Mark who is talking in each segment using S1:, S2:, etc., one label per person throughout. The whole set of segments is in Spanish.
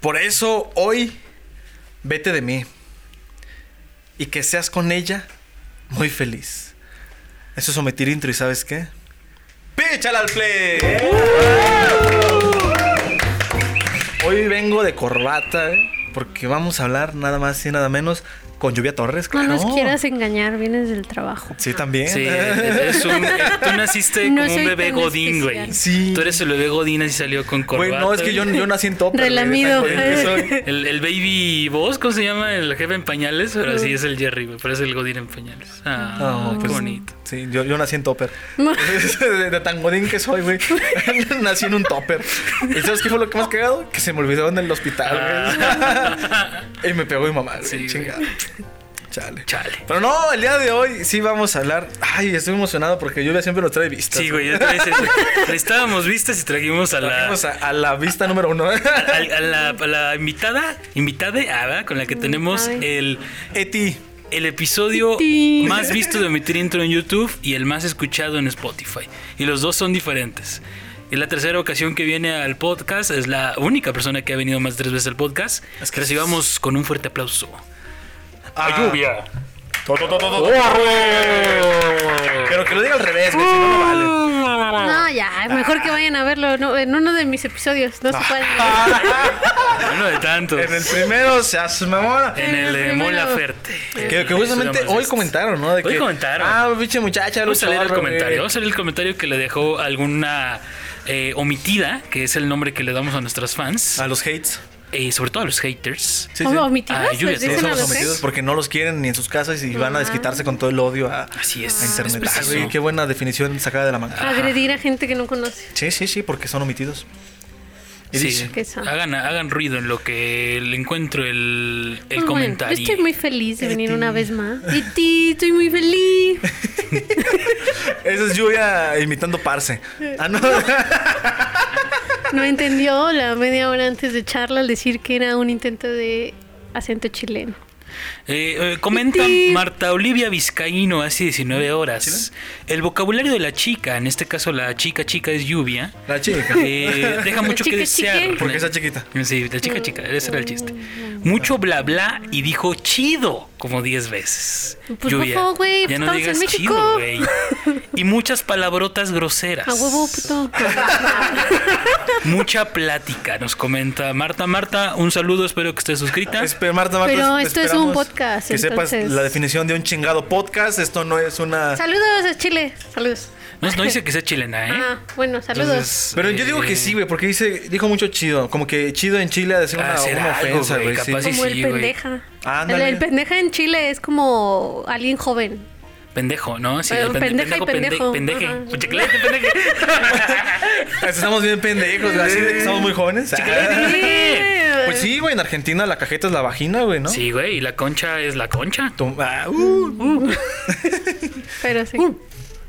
S1: Por eso hoy vete de mí y que seas con ella muy feliz. Eso es omitir intro y ¿sabes qué? ¡Píchala al play! Hoy vengo de corbata, ¿eh? porque vamos a hablar nada más y nada menos con Lluvia Torres,
S2: No
S1: claro.
S2: nos quieras engañar, vienes del trabajo.
S1: Sí, también.
S3: Sí, es un- eh, tú naciste
S2: No
S3: como
S2: soy
S3: un bebé
S2: tan
S3: godín, güey.
S2: especial.
S1: Sí.
S3: Tú eres el bebé godín así salió con
S1: Güey,
S3: corbata.
S1: no, es que yo,
S3: güey.
S1: yo nací en top.
S2: Relamido.
S3: El, el baby vos, ¿cómo se llama? El jefe en pañales, pero sí es el Jerry, güey, pero es el Godín en pañales. Ah, qué bonito.
S1: pues, Sí, yo, yo nací en topper. de, de tan godín que soy, güey. nací en un topper. ¿Y sabes qué fue lo que más cagado? Que se me olvidó en el hospital, güey. y me pegó mi mamá, güey.
S3: Ah. Sí, güey.
S1: Chingada. Chale.
S3: Chale.
S1: Pero no, el día de hoy sí vamos a hablar. Ay, estoy emocionado porque Lluvia siempre nos trae vistas.
S3: Sí, güey, ya te ves eso. Estábamos vistas y trajimos a la,
S1: Vamos a, a la vista número uno.
S3: a, a la, a la invitada, invitada ah, ¿verdad? con la que tenemos
S2: Ay.
S3: el,
S1: Eti.
S3: el episodio
S2: Sí.
S3: más visto de Omitir Intro en YouTube y el más escuchado en Spotify. Y los dos son diferentes. Es la tercera ocasión que viene al podcast. Es la única persona que ha venido más de tres veces al podcast.
S1: Es que-
S3: Recibamos con un fuerte aplauso.
S1: Ah,
S4: lluvia. To, to, to, to, to, to.
S1: Pero que lo diga al revés, güey. si no, no vale.
S2: No, ya, mejor que vayan a verlo no, en uno de mis episodios. No se pueden.
S3: Uno de tantos.
S1: En el primero se hace mamona.
S3: En el de
S2: primero.
S3: Mola Ferte.
S1: Que, que justamente
S3: Episodio más
S1: hoy
S3: visto.
S1: comentaron, ¿no? De
S3: Hoy
S1: que,
S3: comentaron.
S1: Ah, pinche muchacha,
S3: Vamos a
S1: luchador,
S3: leer el
S1: güey".
S3: comentario. Vamos a leer el comentario que le dejó alguna eh, omitida, que es el nombre que le damos a nuestras fans,
S1: A los hates.
S3: y sobre todo a los haters.
S1: Sí,
S2: ¿O
S1: sí.
S2: omitidas?
S3: Ah, yo ya
S2: ¿Les
S3: sé,
S2: dicen
S1: Son
S2: a
S1: los
S2: los
S1: sometidos
S2: ex?
S1: porque no los quieren ni en sus casas y van a
S2: Ah.
S1: desquitarse con todo el odio a,
S3: Así es.
S1: a internet.
S3: Es preciso.
S1: Ay, güey, qué buena definición sacada de la manga.
S2: Agredir a gente que no conoce.
S1: Sí, sí, sí, porque son omitidos. Y
S3: Sí,
S1: dice,
S2: ¿Qué son?
S3: hagan, hagan ruido en lo que le encuentro el, el
S2: Pues bueno,
S3: comentario.
S2: yo estoy muy feliz de venir
S1: Eti.
S2: una vez más. Y ti, estoy muy feliz.
S1: Esa es Lluvia imitando Parse. Ah, no.
S2: No entendió la media hora antes de charla al decir que era un intento de acento chileno.
S3: Eh, eh, comenta
S2: Tip.
S3: Marta Olivia Vizcaíno hace 19
S2: Mm,
S3: horas. El vocabulario de la chica, en este caso la chica chica es lluvia,
S1: La chica.
S3: eh, deja mucho que
S2: chica Mm,
S3: desear.
S2: chique.
S1: Porque está chiquita.
S3: Sí, la chica chica, ese era el chiste. Mucho bla bla y dijo chido como 10 veces.
S2: Pues, por favor, güey,
S3: ya no
S2: estamos en
S3: digas
S2: México.
S3: chido, güey. Y muchas palabrotas groseras.
S2: A huevo, puto.
S3: Mucha plática, nos comenta Marta. Marta, un saludo, espero que estés suscrita.
S1: Espe- Marta, Marta,
S2: Pero
S1: te
S2: esto es
S1: esperamos
S2: un podcast,
S1: Que sepas
S2: entonces.
S1: la definición de un chingado podcast. Esto no es una.
S2: Saludos a Chile. Saludos.
S3: No, no dice que sea chilena, ¿eh?
S2: Ah, bueno, saludos.
S3: Entonces,
S1: Pero yo digo que
S3: eh,
S1: sí, güey, porque dice, dijo mucho chido. Como que chido en Chile ha de ser una,
S3: Ah, será
S1: una
S3: algo,
S1: ofensa,
S3: güey,
S1: güey. sí.
S3: capaz sí,
S2: como el
S3: güey.
S2: pendeja. El,
S1: Ándale.
S2: el pendeja en Chile es como alguien joven.
S3: Pendejo, ¿no? Sí,
S2: Pero
S3: el pende-
S2: pendeja y pendejo.
S3: pende- pendeje.
S2: Ajá.
S3: Chiclete, pendeje.
S1: Estamos bien pendejos, güey. Así de que estamos muy jóvenes. Ah. Pues sí, güey, en Argentina la cajeta es la vagina, güey, ¿no?
S3: Sí, güey, y la concha es la concha.
S1: Tom- ah, uh.
S2: Pero sí.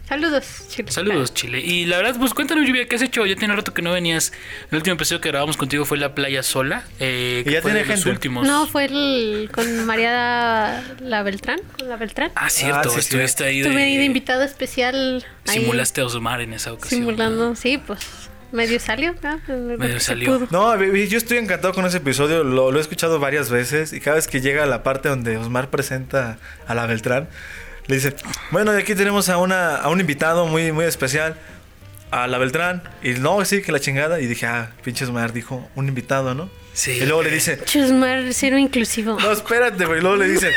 S2: Saludos, Chile.
S3: Uh. Saludos, Chile. Y la verdad, pues cuéntanos, Lluvia, ¿qué has hecho? Ya tiene rato que no venías. El último episodio que grabamos contigo fue La Playa Sola. Eh,
S1: Y
S3: que
S1: ya
S3: fue
S1: tiene
S3: de los
S1: gente.
S3: últimos.
S2: No, fue el, con María la Beltrán. Con la Beltrán.
S3: Ah, cierto,
S1: Ah, sí,
S3: estuviste ahí de,
S2: Tuve ahí de invitado especial. ahí,
S3: Simulaste a Osmar en esa ocasión.
S2: Simulando, sí, pues. Medio salió. ¿no? Lo que se
S3: salió.
S2: pudo.
S1: No, baby, yo estoy encantado con ese episodio. Lo, lo he escuchado varias veces. Y cada vez que llega la parte donde Osmar presenta a la Beltrán, le dice: Bueno, y aquí tenemos a, una, a un invitado muy, muy especial. A la Beltrán. Y no, sí, que la chingada. Y dije: Ah, pinche Osmar dijo: Un invitado, ¿no?
S3: Sí.
S1: Y luego le dice:
S2: Chusmar cero inclusivo.
S1: No, espérate, güey. Luego le dice.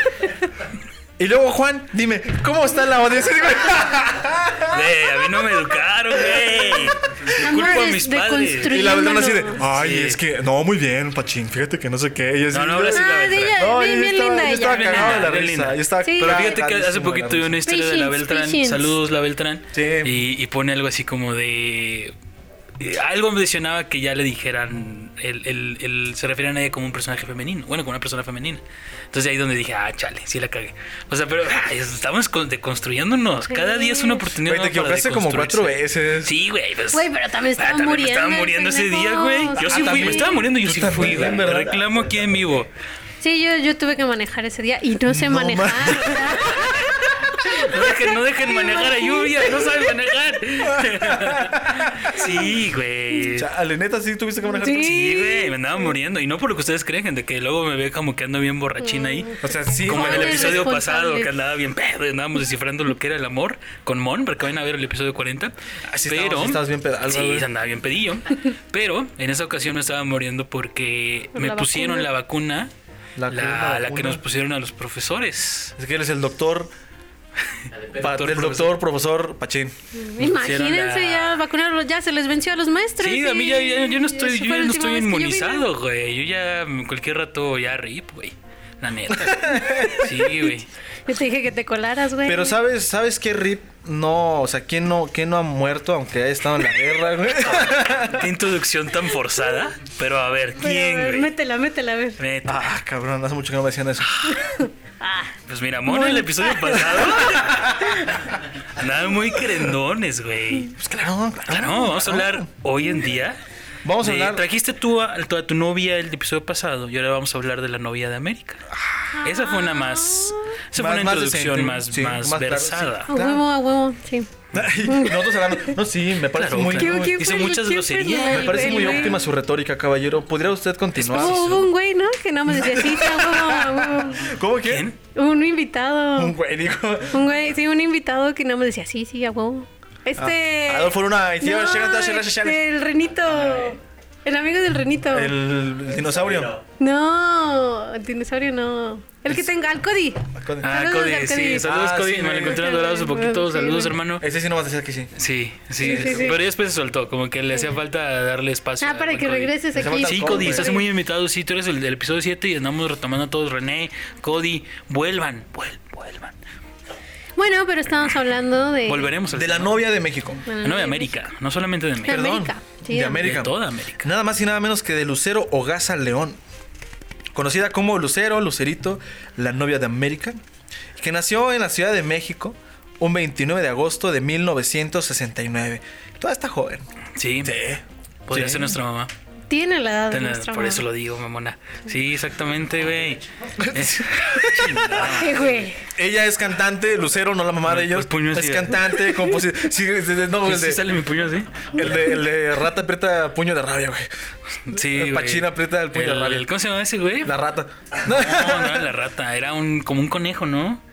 S1: Y luego, Juan, dime, ¿cómo está la audiencia? Digo,
S3: Güey, a mí no me educaron, güey. Culpo a
S2: Amores
S3: mis
S2: de
S3: padres.
S2: construir.
S1: Y la verdad así de, ay,
S3: Sí.
S1: es que, no, muy bien, Pachín, fíjate que no sé qué. Y así,
S3: No, no, ahora sí la
S2: Ah,
S3: Beltrán.
S2: de ella,
S1: No,
S2: bien,
S1: yo
S2: bien
S1: estaba-
S2: linda
S1: yo estaba
S2: ella.
S1: cagado de la
S3: Bien
S1: risa.
S3: linda.
S1: yo estaba
S2: Sí.
S3: Pero fíjate que hace
S1: cagadísimo de
S3: poquito
S1: la
S3: vi una
S1: risa.
S3: historia de la
S2: Patience,
S3: Beltrán.
S2: patience.
S3: Saludos, la Beltrán.
S1: Sí.
S3: Y, y pone algo así como de. eh, Algo mencionaba que ya le dijeran. El, el- el- se refieren a ella como un personaje femenino. Bueno, como una persona femenina. Entonces ahí donde dije, ah, chale, sí la cagué. O sea, pero ay, estamos con- deconstruyéndonos. Cada día es una oportunidad.
S1: Güey, te
S3: nueva para
S1: equivocaste como cuatro
S3: deconstruirse.
S1: veces.
S3: Sí, güey. pues-
S2: Güey, pero también estaba
S3: Ah, también me estaba
S2: muriendo
S3: muriendo
S2: el
S3: ese día,
S2: pendejo.
S3: güey. Yo
S2: Ah,
S3: sí fui,
S1: también.
S3: me estaba muriendo, yo
S1: Tú
S3: sí fui,
S1: también,
S3: güey. Me
S1: ¿verdad?
S3: reclamo aquí en vivo.
S2: Sí, yo, yo tuve que manejar ese día y no sé
S1: No
S2: manejar.
S1: mames.
S2: o sea,
S3: No dejen, no dejen manejar a lluvia, no saben manejar. Sí, güey.
S1: Chale, neta, sí tuviste que manejar
S2: Sí.
S1: tú?
S3: Sí, güey, me andaba muriendo. Y no por lo que ustedes creen, gente, que luego me ve como que ando bien borrachina ahí.
S1: O sea, sí.
S3: Como en el
S2: Juan es
S3: episodio pasado,
S2: responsable.
S3: que andaba bien pedo, y andábamos descifrando lo que era el amor con Mon, porque vayan a ver el episodio 40.
S1: Ah, sí
S3: pero,
S1: estabas- sí estabas bien pedal,
S3: Sí,
S1: güey.
S3: andaba bien pedillo. pero en esa ocasión me estaba muriendo porque
S2: Por
S3: me
S2: la
S3: pusieron
S2: vacuna.
S3: la vacuna,
S1: La
S3: la,
S1: que- la
S3: la que
S1: vacuna.
S3: nos pusieron a los profesores.
S2: pues
S1: Es que eres el doctor. pa-
S3: Doctor,
S1: del doctor, profesor Pachín.
S2: Imagínense
S3: la-
S2: ya vacunarlos, ya se les venció a los maestros.
S3: Sí, a mí ya, ya- yo no estoy,
S2: Esa
S3: yo
S2: fue
S3: ya
S2: la
S3: no
S2: última vez que yo
S3: estoy
S2: vine.
S3: inmunizado, güey. Yo ya mm, cualquier rato ya rip, güey. La neta. Sí, güey.
S2: Yo te dije que te colaras, güey.
S1: Pero sabes, ¿sabes qué Rip? No, o sea, ¿quién no, quién no ha muerto aunque haya estado en la guerra, güey?
S3: Qué introducción tan forzada. Pero a ver,
S2: Pero, a ver,
S3: ¿quién, güey?
S2: Métela, métela, a ver.
S3: Neta.
S1: ah, cabrón, hace mucho que no me decían eso.
S3: Ah,
S2: Ah,
S3: Pues mira, Mon en el episodio pasado. Nada muy crendones, güey.
S1: Pues claro,
S3: Claro, vamos a hablar hoy en día.
S1: Vamos a
S3: de-
S1: hablar-
S3: Trajiste tú a, a tu, a tu novia el episodio pasado y ahora vamos a hablar de la novia de América. Esa fue una más. Esa
S1: Más-
S3: fue una
S1: más
S3: introducción
S1: decente,
S3: más,
S1: sí,
S3: más,
S1: más claro,
S3: versada.
S2: A
S1: Claro.
S2: huevo, a huevo, sí.
S1: Ay, Nosotros hablando. No, sí, me parece
S3: Claro,
S1: muy.
S3: claro.
S1: muy-
S2: ¿Quién- quién
S3: Dice
S2: fue el-
S3: muchas
S2: quién fue el
S3: groserías.
S2: güey,
S1: Me parece muy
S2: güey?
S1: óptima su retórica, caballero. ¿Podría usted continuar?
S2: Hubo hubo un güey, ¿no? Que nada más decía así, a huevo, a huevo.
S1: ¿Cómo
S3: ¿Quién?
S1: quién?
S2: Un
S1: Un
S2: invitado.
S1: güey, dijo.
S2: Un güey, sí, un invitado que nada más decía, sí, sí, a huevo. Este.
S3: Ah,
S1: Adolfo Luna, y tío,
S2: No,
S1: llega, todas, llega, llega, llega.
S2: este, el renito. El amigo del renito.
S1: El dinosaurio.
S2: No, el dinosaurio no. El que tenga al Cody.
S3: Ah,
S2: Saludos,
S3: Cody, sí,
S2: Cody.
S3: saludos,
S1: Ah,
S3: Cody.
S1: sí,
S3: me lo
S1: güey.
S3: encontré en Dorado hace poquito.
S2: Sí,
S3: Saludos,
S2: güey.
S3: hermano.
S1: Ese sí no vas a decir que sí.
S3: Sí, sí,
S2: Sí, sí, sí.
S3: pero ya después se soltó, como que le hacía falta darle espacio.
S2: Ah,
S3: a
S2: para
S3: buen
S2: que
S3: Cody.
S2: regreses
S1: Hace
S2: aquí.
S1: falta
S3: Sí,
S1: Tampoco,
S3: Cody, estás
S1: güey.
S3: muy invitado. Sí, tú eres el del episodio 7 y andamos retomando a todos. René, Cody, vuelvan, vuel- vuelvan.
S2: Bueno, pero estamos hablando de.
S3: Volveremos al
S1: De la
S3: tema.
S1: novia de México.
S2: Bueno,
S3: La novia de América, no solamente de México.
S2: Pero-
S1: Perdón.
S2: América. Sí,
S1: de
S2: de
S1: América.
S3: De toda América.
S1: Nada más y nada menos que de Lucero Ogasa León. Conocida como Lucero, Lucerito, la novia de América. Que nació en la Ciudad de México un 29 de agosto de 1969. Toda está joven.
S3: Sí. Podría
S1: Sí.
S3: ser nuestra mamá.
S2: Tiene la edad de
S3: Ten-
S2: nuestra
S3: Por eso
S2: mamá.
S3: lo digo, mamona. Sí, exactamente, güey. Eh. Es-
S2: Ay, güey.
S1: Ella es cantante, Lucero, no la mamá de
S3: El
S1: ellos.
S3: pues puño
S1: es
S3: así.
S1: cantante, compositor. Sí, sí, sí, no,
S3: Sí,
S1: el,
S3: sí
S1: de,
S3: sale mi puño así?
S1: el de- el de rata aprieta puño de rabia, güey.
S3: Sí, güey.
S1: Pachín aprieta el puño de rabia.
S3: ¿Cómo se llama ese, güey?
S1: La rata.
S3: No, no era la rata, era un como un conejo, ¿no?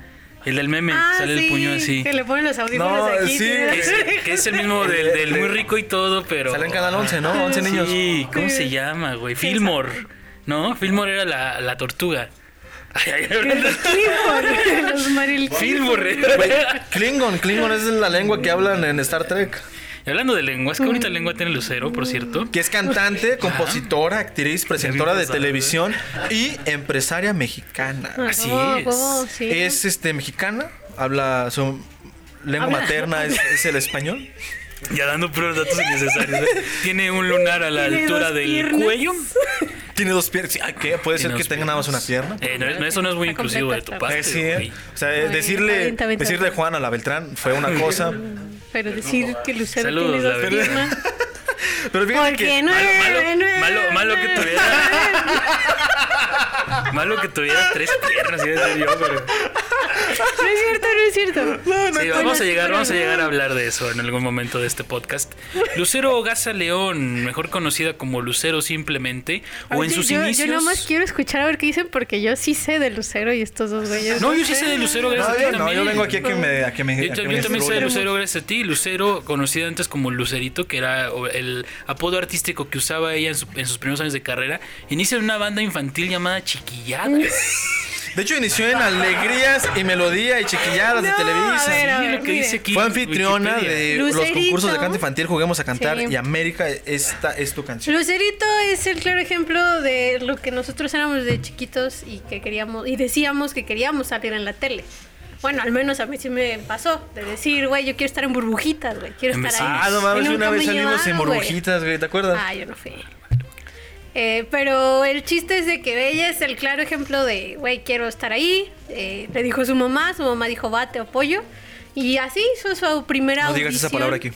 S3: El del meme,
S2: Ah,
S3: sale
S2: sí,
S3: el puño así.
S2: Que le ponen los audífonos
S1: No,
S2: aquí.
S1: sí,
S2: tiene las
S1: es-
S2: orejas.
S3: Que es el mismo del, del muy rico y todo, pero.
S1: Sale en Canal 11, ¿no? 11 niños.
S3: Sí, ¿cómo se llama, güey? Fillmore, ¿no? Fillmore era la, la tortuga. Ay, ay,
S2: Los Clifford, los Marilyn
S3: Fillmore.
S1: Klingon, Klingon es la lengua que hablan en Star Trek.
S3: Y hablando de lenguas, qué
S2: Mm.
S3: bonita lengua tiene Lucero, por cierto.
S1: Que es cantante, compositora, actriz, presentora de
S3: pasado,
S1: televisión y empresaria mexicana.
S3: Así
S2: Huevo,
S3: es.
S2: huevo, Ah, sí.
S1: Es este mexicana, habla su lengua
S2: Habla.
S1: materna es, es el español.
S3: Ya dando puros datos innecesarios. ¿eh? Tiene un lunar a la
S2: Tiene
S3: altura
S2: dos
S3: del
S2: piernas.
S3: cuello.
S1: Tiene dos piernas. Sí, ay, ¿Qué? Puede ser
S3: Tiene
S1: que
S3: dos
S1: tenga nada más una pierna.
S3: piernas. Eh, no, no, eso no es muy
S2: Está
S3: inclusivo de
S2: completo,
S3: tu
S2: está
S3: parte.
S1: Eh, sí,
S3: güey.
S1: eh. O sea,
S2: Bueno,
S1: decirle,
S2: avienta, avienta,
S1: decirle
S2: avienta.
S1: Juan a la Beltrán fue una cosa.
S2: Pero decir que Lucero
S3: Saludos,
S2: tiene dos
S3: la verdad.
S2: firmas.
S1: Pero fíjate
S2: Porque
S1: que.
S2: no
S3: Malo,
S2: es- no
S3: malo,
S2: es-
S3: malo, malo que tuviera. Malo que tuviera tres piernas, iba a decir yo, pero.
S2: No es cierto, no es cierto.
S3: Sí, vamos a llegar, vamos a llegar a hablar de eso en algún momento de este podcast. Lucero Gaza León, mejor conocida como Lucero simplemente, o en
S2: Oye,
S3: sus
S2: yo,
S3: inicios.
S2: Yo nomás quiero escuchar a ver qué dicen porque yo sí sé de Lucero y estos dos güeyes.
S3: No, yo sí sé de Lucero
S1: No,
S3: gracias a ti
S1: yo, no,
S3: también.
S1: yo vengo aquí a que me. A que me
S3: Yo,
S1: a
S3: ta-
S1: que
S3: yo
S1: me
S3: también sé de
S1: instruyan.
S3: Lucero gracias a ti. Lucero, conocida antes como Lucerito, que era o- el apodo artístico que usaba ella en, su- en sus primeros años de carrera, inicia en una banda infantil llamada Chiquilladas.
S1: De hecho, inició en Alegrías y Melodía y Chiquilladas de
S2: No,
S1: Televisa.
S2: a ver, a
S3: Sí,
S2: ver,
S3: lo que
S2: mire.
S3: dice aquí
S1: Fue anfitriona
S3: Wikipedia.
S1: de los
S2: Lucerito.
S1: concursos de canto infantil Juguemos a Cantar
S2: Sí.
S1: y América, esta es tu canción.
S2: Lucerito es el claro ejemplo de lo que nosotros éramos de chiquitos y que queríamos y decíamos que queríamos salir en la tele. Bueno, al menos a mí sí me pasó de decir, güey, yo quiero estar en burbujitas, güey, quiero
S3: En
S2: estar ahí.
S1: Ah, no mames,
S2: Y nunca
S1: una vez
S2: me
S1: salimos en
S2: llevaron, güey.
S1: burbujitas, güey, ¿te acuerdas?
S2: Ah, yo no fui. Eh, pero el chiste es de que ella es el claro ejemplo de, güey, quiero estar ahí. Eh, le dijo su mamá, su mamá dijo, va, te apoyo. Y así hizo su primera
S1: No digas esa
S2: audición.
S1: palabra aquí.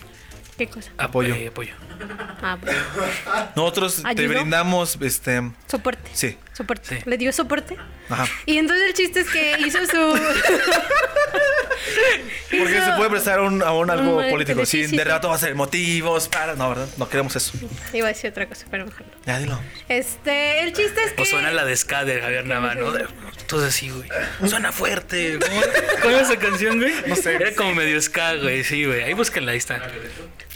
S2: ¿Qué cosa?
S3: Ah,
S1: Apoyo.
S3: eh, apoyo.
S2: Ah, pues,
S1: Nosotros te
S2: ¿Ayudó?
S1: brindamos, este,
S2: soporte.
S1: sí.
S2: Soporte.
S3: Sí.
S2: Le dio soporte.
S1: Ajá.
S2: Y entonces el chiste es que hizo su.
S1: Porque se
S2: hizo-
S1: puede prestar a un, a un algo
S2: Un-
S1: político.
S2: sí,
S1: Sí,
S2: sí,
S1: de
S2: sí.
S1: rato va a ser motivos para. No, ¿verdad? No queremos eso.
S2: Iba a decir otra cosa, pero mejor no.
S1: Ya dilo.
S2: Este, el chiste es que.
S3: O suena la de Ska de Javier Navarro. Entonces así, güey. Suena fuerte. ¿Cómo, cómo era esa canción, güey? No sé. Era como medio Ska, güey. Sí, güey. Ahí búsquenla, ahí está.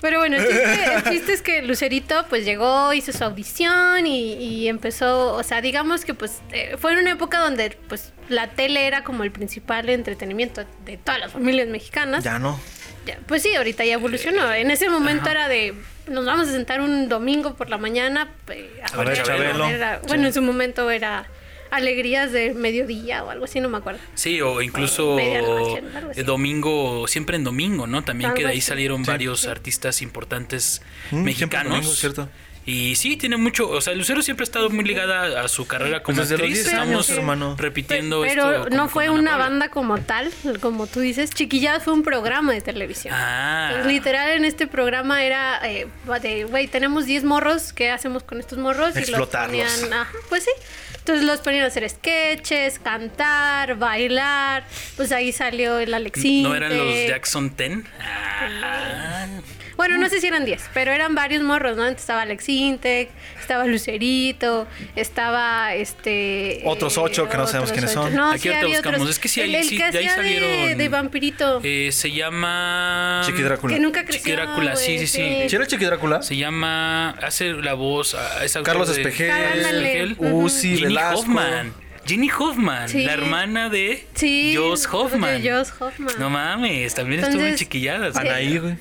S2: Pero bueno, el chiste, el chiste es que Lucerito pues llegó, hizo su audición y, y empezó, o sea, digamos que pues eh, fue en una época donde pues la tele era como el principal entretenimiento de todas las familias mexicanas.
S1: Ya no.
S2: Ya, Pues sí, ahorita ya evolucionó. En ese momento era de, nos vamos a sentar un domingo por la mañana eh,
S3: A ver,
S1: Chabelo.
S2: Era- bueno, en su momento era alegrías de mediodía o algo así, no me acuerdo.
S3: Sí, o incluso
S2: Medianoche, algo así.
S3: el domingo, siempre en domingo, ¿no? También
S2: Algo
S3: que de ahí
S2: así.
S3: salieron varios artistas importantes
S1: Mm, siempre en
S3: mexicanos.
S1: domingo, cierto.
S3: Y sí, tiene mucho, o sea, Lucero siempre ha estado muy ligada a su carrera como
S1: Pues desde los
S3: actriz.
S1: 10
S3: Estamos
S1: años, hermano.
S3: repitiendo
S2: Pero
S3: esto con-
S2: no fue
S3: con Ana
S2: una
S3: Paula.
S2: banda como tal, como tú dices. Chiquilladas fue un programa de televisión.
S3: Ah.
S2: Entonces, literal, en este programa era eh, de, güey, tenemos 10 morros, ¿qué hacemos con estos morros? Y
S1: Explotarlos.
S2: los ponían, ajá, pues sí. Entonces los ponían a hacer sketches, cantar, bailar. Pues ahí salió el Alexín.
S3: ¿No eran
S2: eh,
S3: los Jackson 10? Ah.
S2: Bueno, no sé si eran 10, pero eran varios morros, ¿no? Entonces estaba Alex Intec, estaba Lucerito, estaba este.
S1: Otros ocho que no sabemos
S2: otros
S1: quiénes
S2: ocho.
S1: son.
S2: No,
S3: Aquí
S2: sí
S3: ahorita
S2: había
S3: buscamos.
S2: otros.
S3: Es que sí,
S2: el,
S3: ahí
S2: el
S3: sí,
S2: que
S3: de ahí
S2: hacía de,
S3: salieron-
S2: de vampirito.
S3: Eh, se llama...
S1: Chiqui Drácula.
S2: que nunca creció. este,
S3: Chiqui Drácula, sí,
S2: güey,
S3: sí, sí.
S1: ¿Sí era Chiqui Drácula?
S3: Se llama... Hace la voz... ah, es autor
S1: Carlos
S3: de-
S1: Espejel.
S2: Ándale.
S1: Uzi,
S3: Ginny
S1: Velasco.
S3: Hoffman. Ginny Hoffman,
S2: Sí.
S3: la hermana de
S2: Sí,
S3: Joss Hoffman.
S2: de Joss Hoffman.
S3: No mames, también estuvo en
S2: Entonces,
S3: chiquilladas.
S1: Anaí, güey.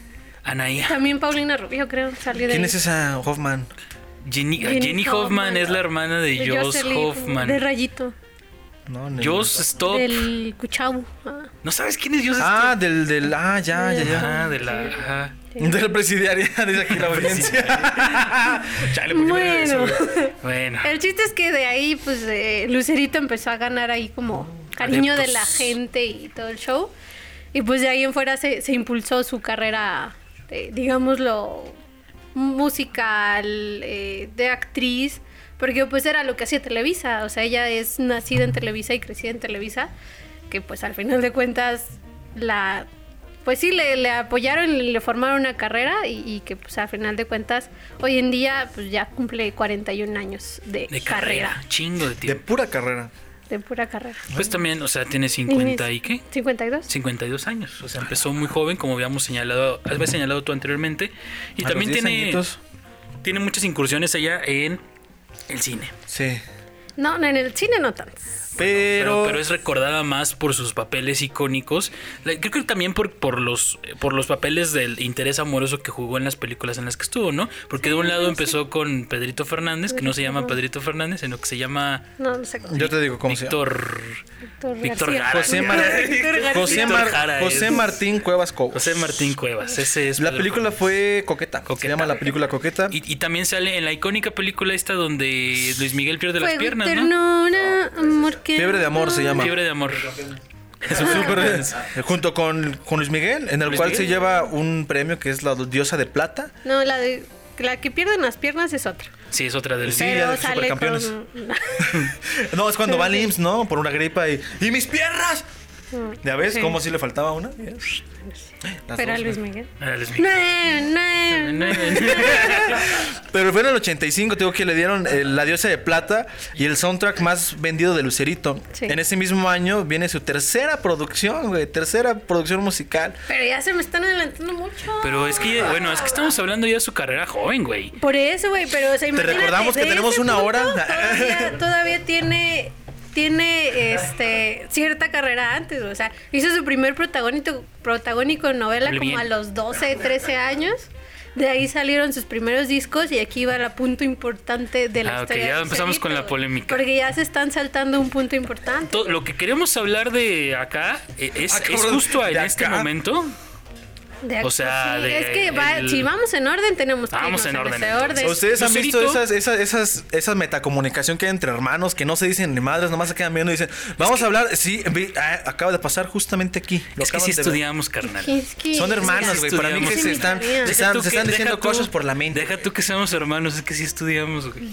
S3: Anaí.
S2: También Paulina Rubio, creo, salió de
S1: ¿Quién es esa Hoffman?
S3: Jenny, Jenny
S2: Jenny
S3: Hoffman,
S2: Hoffman.
S3: es la hermana de,
S2: de
S3: Joss
S2: Jocelyn,
S3: Hoffman.
S2: De Rayito,
S1: No, ni-
S3: Joss Stop.
S2: del Cuchau. Ah,
S3: ¿No sabes quién es Joss
S1: Ah, del, del. Ah, ya, ya,
S3: Stop?
S1: ya.
S3: Ah, de la. ajá.
S1: Del presidiario, dice aquí la audiencia.
S3: pues,
S1: Chale, ¿por qué me dices eso,
S2: Bueno,
S1: güey?
S3: Bueno.
S2: el chiste es que de ahí, pues, eh, Lucerito empezó a ganar ahí como cariño de la
S3: Adeptos.
S2: gente y todo el show. Y pues de ahí en fuera se, se impulsó su carrera, eh, digámoslo, musical, eh, de actriz, porque pues era lo que hacía Televisa, o sea, ella es nacida en Televisa y crecida en Televisa, que pues al final de cuentas la... Pues sí, le, le apoyaron y le formaron una carrera y, y que pues al final de cuentas hoy en día pues ya cumple 41 años de,
S3: De carrera.
S2: carrera,
S3: Chingo de
S1: De
S3: tiempo.
S1: pura carrera.
S2: de pura carrera.
S3: Pues también, o sea, tiene 50 y qué?
S2: 52.
S3: 52 años. O sea, empezó muy joven, como habíamos señalado, habías señalado tú anteriormente. Y
S1: A
S3: también
S1: los 10
S3: tiene,
S1: añitos.
S3: tiene muchas incursiones allá en el cine.
S1: Sí.
S2: No, no, en el cine no tanto.
S1: Pero.
S3: pero, pero es recordada más por sus papeles icónicos. La- Creo que también por, por, los, por los papeles del interés amoroso que jugó en las películas en las que estuvo, ¿no? Porque de un lado empezó con Pedrito Fernández, que no se llama Pedrito Fernández, sino que se llama
S2: No, no sé cómo.
S1: Yo te digo cómo se llama.
S3: Víctor.
S2: Víctor
S3: Víctor
S2: García.
S3: Jara.
S1: José, Mar-
S2: Víctor García.
S1: José, Mar-
S3: Víctor Jara
S1: José
S3: es-
S1: Martín Cuevas Cobos.
S3: José Martín Cuevas. Ese es
S1: La
S3: Pedro
S1: película
S3: Fernández.
S1: fue Coqueta. Se
S3: Coqueta.
S1: llama la película Coqueta.
S3: Y, y también sale en la icónica película esta donde Luis Miguel pierde las
S2: Fuego y
S3: piernas, ¿no?
S2: ternura, amor que
S1: Fiebre de amor se llama.
S3: Fiebre de amor.
S1: Eso es súper bien. Junto con, con Luis Miguel, en el
S3: Luis
S1: cual
S3: Miguel.
S1: se lleva un premio que es la diosa de plata.
S2: No, la de la que pierden las piernas es otra.
S3: Sí, es otra del
S1: Sí, la
S2: pero
S1: de
S2: sale
S1: Supercampeones.
S2: con
S1: No, es cuando va al IMSS, ¿no? Por una gripa y. ¡Y mis piernas! ¿Ya ves
S2: Mm. Sí.
S1: cómo si le faltaba una? Las
S2: Pero a
S1: dos,
S2: Luis
S1: ¿no?
S2: Miguel.
S3: Ah, Luis
S2: No,
S3: Miguel.
S2: no.
S1: Pero fue en el 85, te digo que le dieron eh, la diosa de plata y el soundtrack más vendido de Lucerito.
S2: Sí.
S1: En ese mismo año viene su tercera producción, güey, tercera producción musical.
S2: Pero ya se me están adelantando mucho.
S3: Pero es que, bueno, es que estamos hablando ya de su carrera joven, güey.
S2: Por eso, güey, pero o sea, imagínate,
S1: recordamos que
S2: de
S1: tenemos
S2: ese
S1: una
S2: punto
S1: hora.
S2: Todavía, todavía tiene tiene este cierta carrera antes, o sea, hizo su primer protagónico protagónico en novela
S3: Muy
S2: como
S3: bien.
S2: a los 12, 13 años. De ahí salieron sus primeros discos y aquí va el punto importante de la
S3: Ah, ok,
S2: historia.
S3: ya
S2: de
S3: empezamos
S2: Lucerito,
S3: con la
S2: güey,
S3: polémica.
S2: Porque ya se están saltando un punto importante.
S3: To- lo que queremos hablar de acá eh, es,
S1: Ah,
S3: es
S1: cabrón,
S3: justo
S1: de
S3: en este
S1: acá.
S3: momento
S2: De
S3: O sea,
S2: sí,
S3: de-
S2: es que va-
S3: el-
S2: si vamos en orden tenemos que
S3: Vamos
S2: irnos
S3: en orden,
S2: ese
S3: entonces.
S2: orden.
S1: ¿Ustedes han
S3: Lucerito.
S1: visto esas, esas, esas, esas metacomunicación que hay entre hermanos que no se dicen ni madres, nomás se quedan viendo y dicen, vamos a hablar? Sí, vi- ah, acaba de pasar justamente aquí. Lo
S3: Es que
S1: acaban
S3: sí
S1: de ver.
S3: estudiamos, carnal.
S2: Es que-
S1: Son hermanos,
S2: mira,
S1: güey. Para mí que
S2: Sí,
S1: se están,
S2: mi
S1: se
S2: tarea.
S1: están,
S3: tú
S1: se
S3: que-
S1: están diciendo
S3: deja tú-
S1: cosas por la mente.
S3: Deja tú que seamos hermanos, es que sí estudiamos, güey.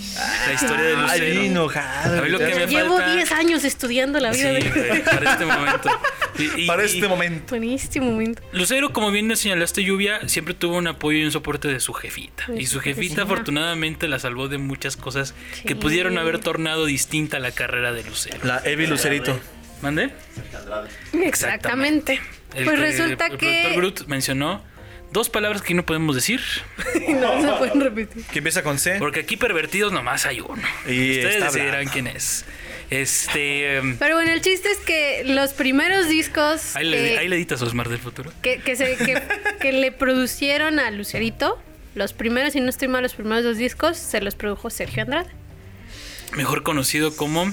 S3: La historia de
S1: Ay, bien
S3: Lucero.
S1: enojado.
S3: A mí lo que me
S2: Llevo
S3: falta-
S2: 10 años estudiando la
S3: Sí,
S2: vida de...
S3: güey, para este momento. Y- y-
S1: Para
S3: y-
S1: este momento.
S2: Buenísimo momento.
S3: Lucero, como bien nos señalaste, Lluvia siempre tuvo un apoyo y un soporte de su jefita.
S2: De
S3: Y
S2: su
S3: su jefita,
S2: jefecita.
S3: afortunadamente, la salvó de muchas cosas
S2: Sí.
S3: que pudieron haber tornado distinta la carrera de Lucero.
S1: La Evi Lucerito.
S3: ¿Mande? Exactamente.
S2: Exactamente.
S3: El
S2: pues
S3: que-
S2: resulta
S3: el
S2: que...
S3: productor Groot mencionó dos palabras que no podemos decir,
S2: no se pueden repetir.
S1: Que empieza con C.
S3: porque aquí pervertidos nomás hay uno.
S1: Y
S3: Ustedes
S1: está
S3: decidirán
S1: hablando.
S3: quién es. Este. em,
S2: Pero bueno, el chiste es que los primeros discos
S3: Ahí le,
S2: eh,
S3: ahí le editas Osmar del futuro.
S2: que, que se, que, que le producieron a Lucerito, los primeros, si no estoy mal, los primeros dos discos, se los produjo Sergio Andrade.
S3: Mejor conocido como.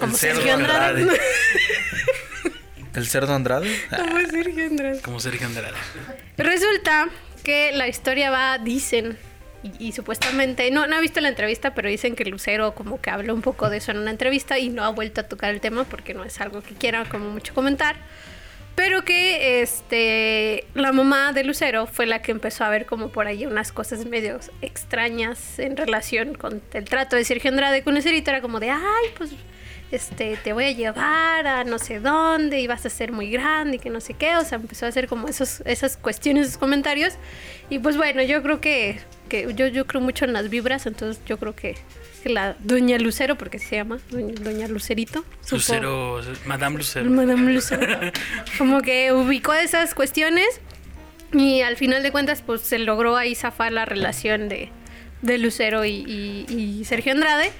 S2: Como
S1: cerdo
S2: Sergio Andrade.
S1: Andrade. ¿El cerdo Andrade? Ah,
S2: Como Sergio Andrade.
S3: Como Sergio Andrade.
S2: Resulta que la historia va, dicen, y, y supuestamente, no, no he visto la entrevista, pero dicen que Lucero como que habló un poco de eso en una entrevista y no ha vuelto a tocar el tema porque no es algo que quiera como mucho comentar. Pero que este la mamá de Lucero fue la que empezó a ver como por ahí unas cosas medio extrañas en relación con el trato de Sergio Andrade con Lucerito. Era como de, ay, pues este, te voy a llevar a no sé dónde y vas a ser muy grande y que no sé qué. O sea, empezó a hacer como esos, esas cuestiones, esos comentarios. Y pues bueno, yo creo que, que yo, yo creo mucho en las vibras, entonces yo creo que, que la doña Lucero, porque se llama doña, doña Lucerito. supo-
S3: Lucero. Madame Lucero.
S2: Madame Lucero. Como que ubicó esas cuestiones y al final de cuentas pues se logró ahí zafar la relación de, de Lucero y, y- y Sergio Andrade.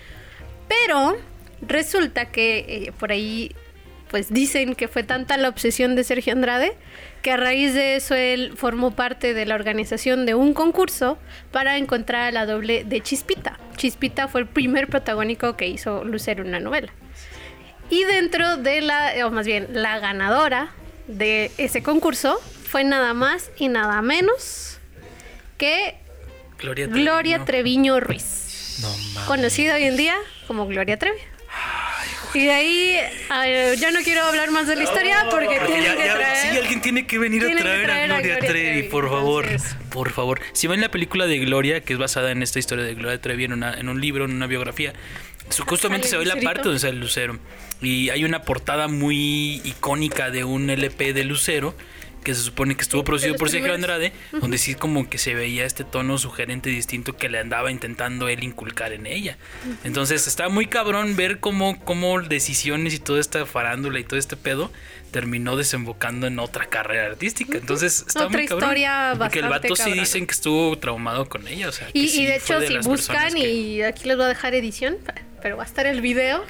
S2: Pero resulta que eh, por ahí pues dicen que fue tanta la obsesión de Sergio Andrade que a raíz de eso él formó parte de la organización de un concurso para encontrar a la doble de Chispita. Chispita fue el primer protagónico que hizo Lucero en una novela. Y dentro de la, eh, o más bien, la ganadora de ese concurso fue nada más y nada menos que
S3: Gloria Treviño.
S2: Gloria Treviño Ruiz. Conocida hoy en día como Gloria Trevi. Y de ahí, a ver, yo no quiero hablar más de la historia porque
S3: Porque
S2: tienen
S3: ya-
S2: que
S3: ya-
S2: traer.
S3: sí, alguien tiene que venir
S2: tienen
S3: a
S2: que
S3: traer,
S2: traer
S3: a Gloria, Trevi, por favor.
S2: entonces.
S3: Por favor. Si ven la película de Gloria, que es basada en esta historia de Gloria Trevi en, una- en un libro, en una biografía, su- justamente se
S2: Sale
S3: ve
S2: el
S3: la
S2: lucerito.
S3: parte donde sale Lucero. Y hay una portada muy icónica de un LP de Lucero que se supone que estuvo producido
S2: los
S3: por Sergio
S2: primeros.
S3: Andrade, donde sí como que se veía este tono sugerente distinto que le andaba intentando él inculcar en ella. Entonces está muy cabrón ver cómo, cómo decisiones y toda esta farándula y todo este pedo terminó desembocando en otra carrera artística. Entonces está
S2: Otra
S3: muy cabrón.
S2: historia
S3: porque el
S2: bastante
S3: vato sí
S2: cabrona.
S3: dicen que estuvo traumado con ella. O sea, que
S2: Y,
S3: sí
S2: y de
S3: fue
S2: hecho, si
S3: las personas
S2: buscan,
S3: que-
S2: y aquí les voy a dejar edición, pero va a estar el video.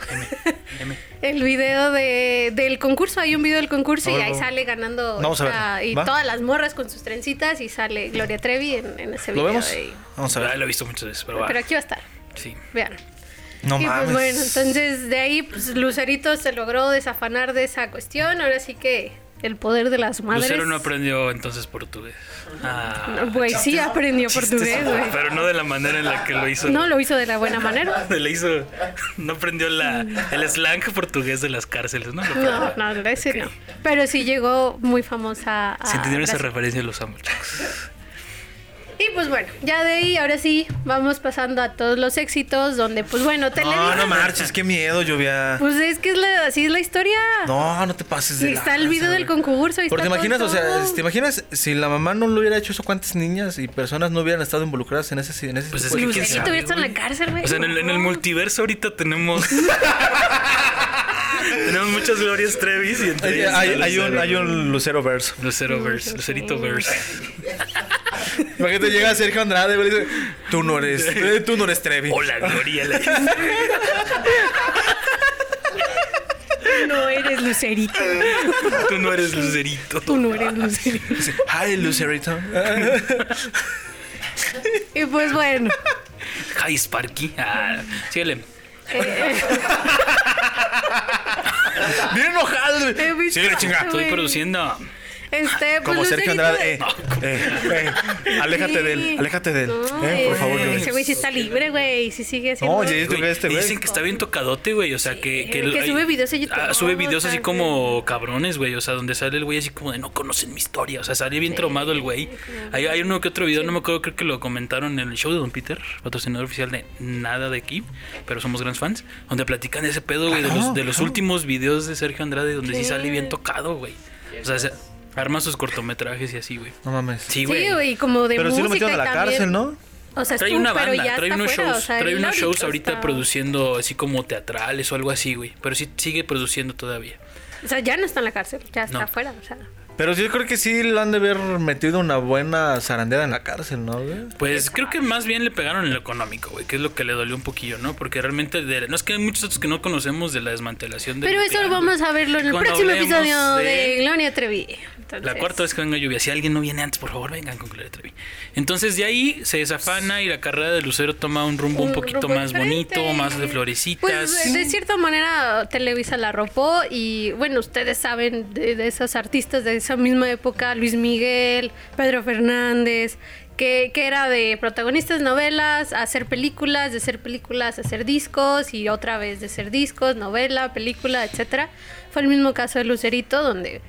S3: M.
S2: El video de, del concurso, hay un video del concurso y
S1: Ahora
S2: ahí
S1: vamos.
S2: sale ganando
S1: Vamos a
S2: esta-
S1: verlo,
S2: y
S1: ¿va?
S2: todas las morras con sus trencitas y sale Gloria Trevi en, en ese
S1: ¿Lo
S2: video.
S1: vemos?
S2: y-
S1: Vamos a
S3: Ah,
S1: ver.
S3: lo he visto muchas veces, pero, va.
S2: pero aquí va a estar,
S3: Sí.
S2: vean.
S1: No
S2: y pues bueno,
S1: mames.
S2: entonces de ahí pues, Lucerito se logró desafanar de esa cuestión, ahora sí que el poder de las madres.
S3: Lucero no aprendió entonces portugués. Ah.
S2: No, Güey, sí aprendió portugués, güey.
S3: Pero no de la manera en la que lo hizo.
S2: No lo hizo de la buena manera.
S3: Le hizo. No aprendió la, el slang portugués de las cárceles, ¿no? Lo
S2: No,
S3: aprendió.
S2: no, ese no. Pero sí llegó muy famosa a
S3: Si entendieron esa
S2: Brasil.
S3: referencia, los amo, chicos.
S2: Y pues bueno, ya de ahí, ahora sí, vamos pasando a todos los éxitos, donde pues bueno, Televisa.
S1: No, no marches, qué miedo, lluvia.
S2: Pues es que es la- así es la historia.
S1: No, no te pases de
S2: Y está el video
S1: lanza,
S2: del
S1: güey.
S2: concurso. y
S1: Porque te
S2: está
S1: imaginas,
S2: todo,
S1: o sea, este,
S2: todo.
S1: te imaginas si la mamá no lo hubiera hecho eso, cuántas niñas y personas no hubieran estado involucradas en ese en ese
S3: Pues es
S1: tipo de
S3: que quién
S1: cosas?
S2: Lucerito
S3: sabe,
S2: hubiera estado en
S3: güey.
S2: la cárcel, güey.
S3: O sea, en el, en el
S2: No.
S3: multiverso ahorita tenemos. tenemos muchas glorias Trevis y entre
S1: Hay,
S3: ellas
S1: hay- hay
S3: Lucero.
S1: un, hay un Lucero verso.
S3: Lucero verse, Lucerito verse.
S1: Imagínate, llega Sergio Andrade güey, y le dice: Tú no eres, eh, tú no eres Trevi.
S3: Hola, Gloria. le-
S2: No eres lucerito.
S3: Tú no eres Lucerito.
S2: Tú no eres lucerito.
S1: Dice, Hi, Lucerito.
S2: Y pues bueno.
S3: Hi, Sparky. Ah, síguele.
S2: eh,
S1: Bien enojado. güey.
S2: He visto-
S1: Síguele, chinga.
S3: Estoy
S2: Güey.
S3: produciendo.
S2: Este, pues
S1: Como Sergio
S2: Lucerito-
S1: Andrade. Eh, eh, eh, aléjate
S2: Sí.
S1: de él, aléjate de él.
S2: No,
S1: eh, por
S2: eh,
S1: favor, güey.
S2: Ese güey sí está libre, güey. Si sigue haciendo.
S1: oye, Yo creo que este güey-
S3: dicen que está bien tocadote, güey. O sea, que. el-
S2: que sube videos a YouTube,
S3: Ah, sube videos así
S2: o sea,
S3: como cabrones, güey. O sea, donde sale el güey así como de no conocen mi historia. O sea, sale bien traumado el güey. Hay, hay uno que otro video, no me acuerdo, creo que lo comentaron en el show de Don Peter, patrocinador oficial de Nada de aquí, pero somos grandes fans. Donde platican de ese pedo, güey, de los, de los últimos videos de Sergio Andrade, donde sí sale bien tocado, güey. O sea, se- arma sus cortometrajes y así, güey.
S1: No mames.
S3: Sí, güey.
S2: Sí, güey, como de
S1: Pero sí
S2: música
S1: lo metieron a la
S2: y también-
S1: cárcel, ¿no?
S2: O sea,
S3: Trae
S2: estuvo,
S3: una
S2: pero
S3: banda,
S2: ya
S3: trae
S2: está
S3: unos
S2: fuera,
S3: shows,
S2: o sea,
S3: trae
S2: él
S3: unos shows
S2: está-
S3: ahorita produciendo así como teatrales o algo así, güey. Pero sí sigue produciendo todavía.
S2: O sea, ya no está en la cárcel, ya está
S3: No.
S2: fuera, o sea.
S1: Pero yo creo que sí lo han de haber metido una buena zarandera en la cárcel, ¿no, güey?
S3: Pues creo que más bien le pegaron en lo económico, güey, que es lo que le dolió un poquillo, ¿no? Porque realmente, de- no es que hay muchos datos que no conocemos de la desmantelación de.
S2: Pero eso lo vamos a verlo en el
S3: Cuando
S2: próximo
S3: hablemos
S2: episodio de,
S3: de-
S2: Gloria Trevi. Entonces-
S3: La cuarta vez que venga lluvia, si alguien no viene antes, por favor, vengan con Gloria Trevi. Entonces de ahí se desafana y la carrera de Lucero toma un rumbo un, poquito
S2: rumbo
S3: más
S2: diferente.
S3: bonito, más de florecitas.
S2: Pues de cierta manera Televisa la arropó y bueno, ustedes saben de, de esas artistas de esa misma época, Luis Miguel, Pedro Fernández, que, que era de protagonistas novelas, a hacer películas, de hacer películas, a hacer discos y otra vez de hacer discos, novela, película, etcétera. Fue el mismo caso de Lucerito donde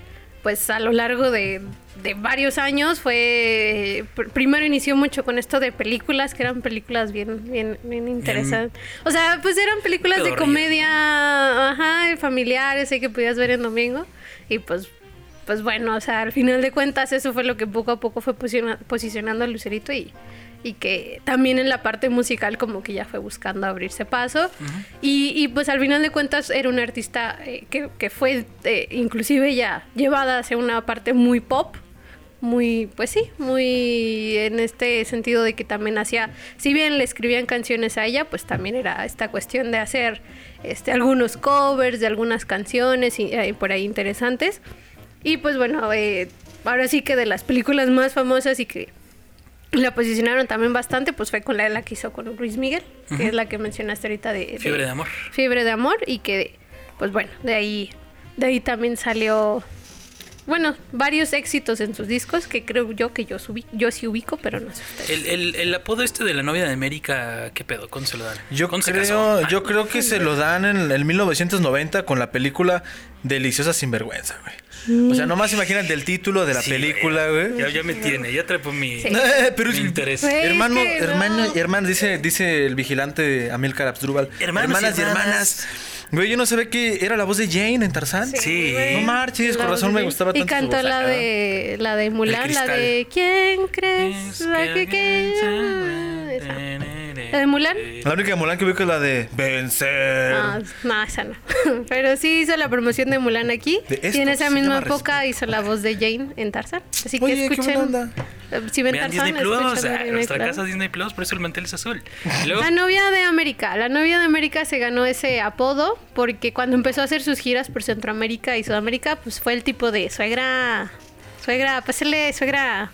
S2: pues a lo largo de, de varios años fue pr- primero inició mucho con esto de películas que eran películas bien bien bien interesantes o sea pues eran películas de
S3: pedorrillas,
S2: comedia ajá familiares eh, que podías ver en domingo y pues pues bueno o sea al final de cuentas eso fue lo que poco a poco fue posiciona- posicionando a Lucerito y y que también en la parte musical como que ya fue buscando abrirse paso. y, y, pues al final de cuentas era una artista eh, que, que fue eh, inclusive ya llevada hacia una parte muy pop. Muy, pues sí, muy en este sentido de que también hacía, si bien le escribían canciones a ella, pues también era esta cuestión de hacer este, algunos covers de algunas canciones y, eh, por ahí interesantes. Y pues bueno, eh, ahora sí que de las películas más famosas y que la posicionaron también bastante, pues fue con la, la que hizo con Luis Miguel, que es la que mencionaste ahorita de, de-
S3: Fiebre de amor.
S2: Fiebre de amor y que, pues bueno, de ahí, de ahí también salió, bueno, varios éxitos en sus discos que creo yo que yo, subí, yo sí ubico, pero no sé ustedes.
S3: El, el- el apodo este de la novia de América, ¿qué pedo? ¿Cuándo se lo dan?
S1: Yo
S3: ¿Cuándo se
S1: creo,
S3: casó?
S1: yo creo que se lo dan en el 1990 con la película Deliciosa Sinvergüenza, güey. O sea, nomás imagínate el título de la
S3: Sí,
S1: película,
S3: Ya,
S1: güey.
S3: ya me tiene, ya trapo mi,
S2: Sí.
S1: Eh, Pero
S3: mi interés.
S2: Güey,
S1: Hermano,
S2: es que no.
S1: hermano, y hermano, dice, dice el vigilante Amilcar Abdrúbal.
S3: Hermanos y
S1: hermanas y
S3: hermanas.
S1: hermanas. Güey, yo no sabía que era la voz de Jane en Tarzán.
S3: Sí.
S2: güey.
S1: No marches, con
S2: La
S1: razón
S2: voz de-
S1: me gustaba
S2: Y
S1: tanto su
S2: cantó
S1: voz.
S2: la
S1: Ah.
S2: de, la de Mulan, la
S3: cristal.
S2: de ¿Quién crees? la que- que- esa. ¿La de Mulan?
S1: La única de Mulan que ubico es la de Vencer.
S2: Ah, no, esa no. Pero sí hizo la promoción de Mulan aquí.
S1: De esto
S2: Y en esa
S1: se
S2: misma
S1: llama
S2: época hizo la voz de Jane en Tarzan. Así que
S1: Oye, qué
S2: escuchen.
S1: buena onda.
S2: eh, Si ven
S3: Vean
S2: Tarzán,
S3: Disney Plus, o sea,
S1: ah,
S2: escuchen Disney
S3: nuestra
S2: Plus. Ah,
S3: casa Disney Plus, por eso el mantel es azul. Y luego,
S2: La novia de América. La novia de América se ganó ese apodo porque cuando empezó a hacer sus giras por Centroamérica y Sudamérica, pues fue el tipo de suegra, suegra, pásale, suegra.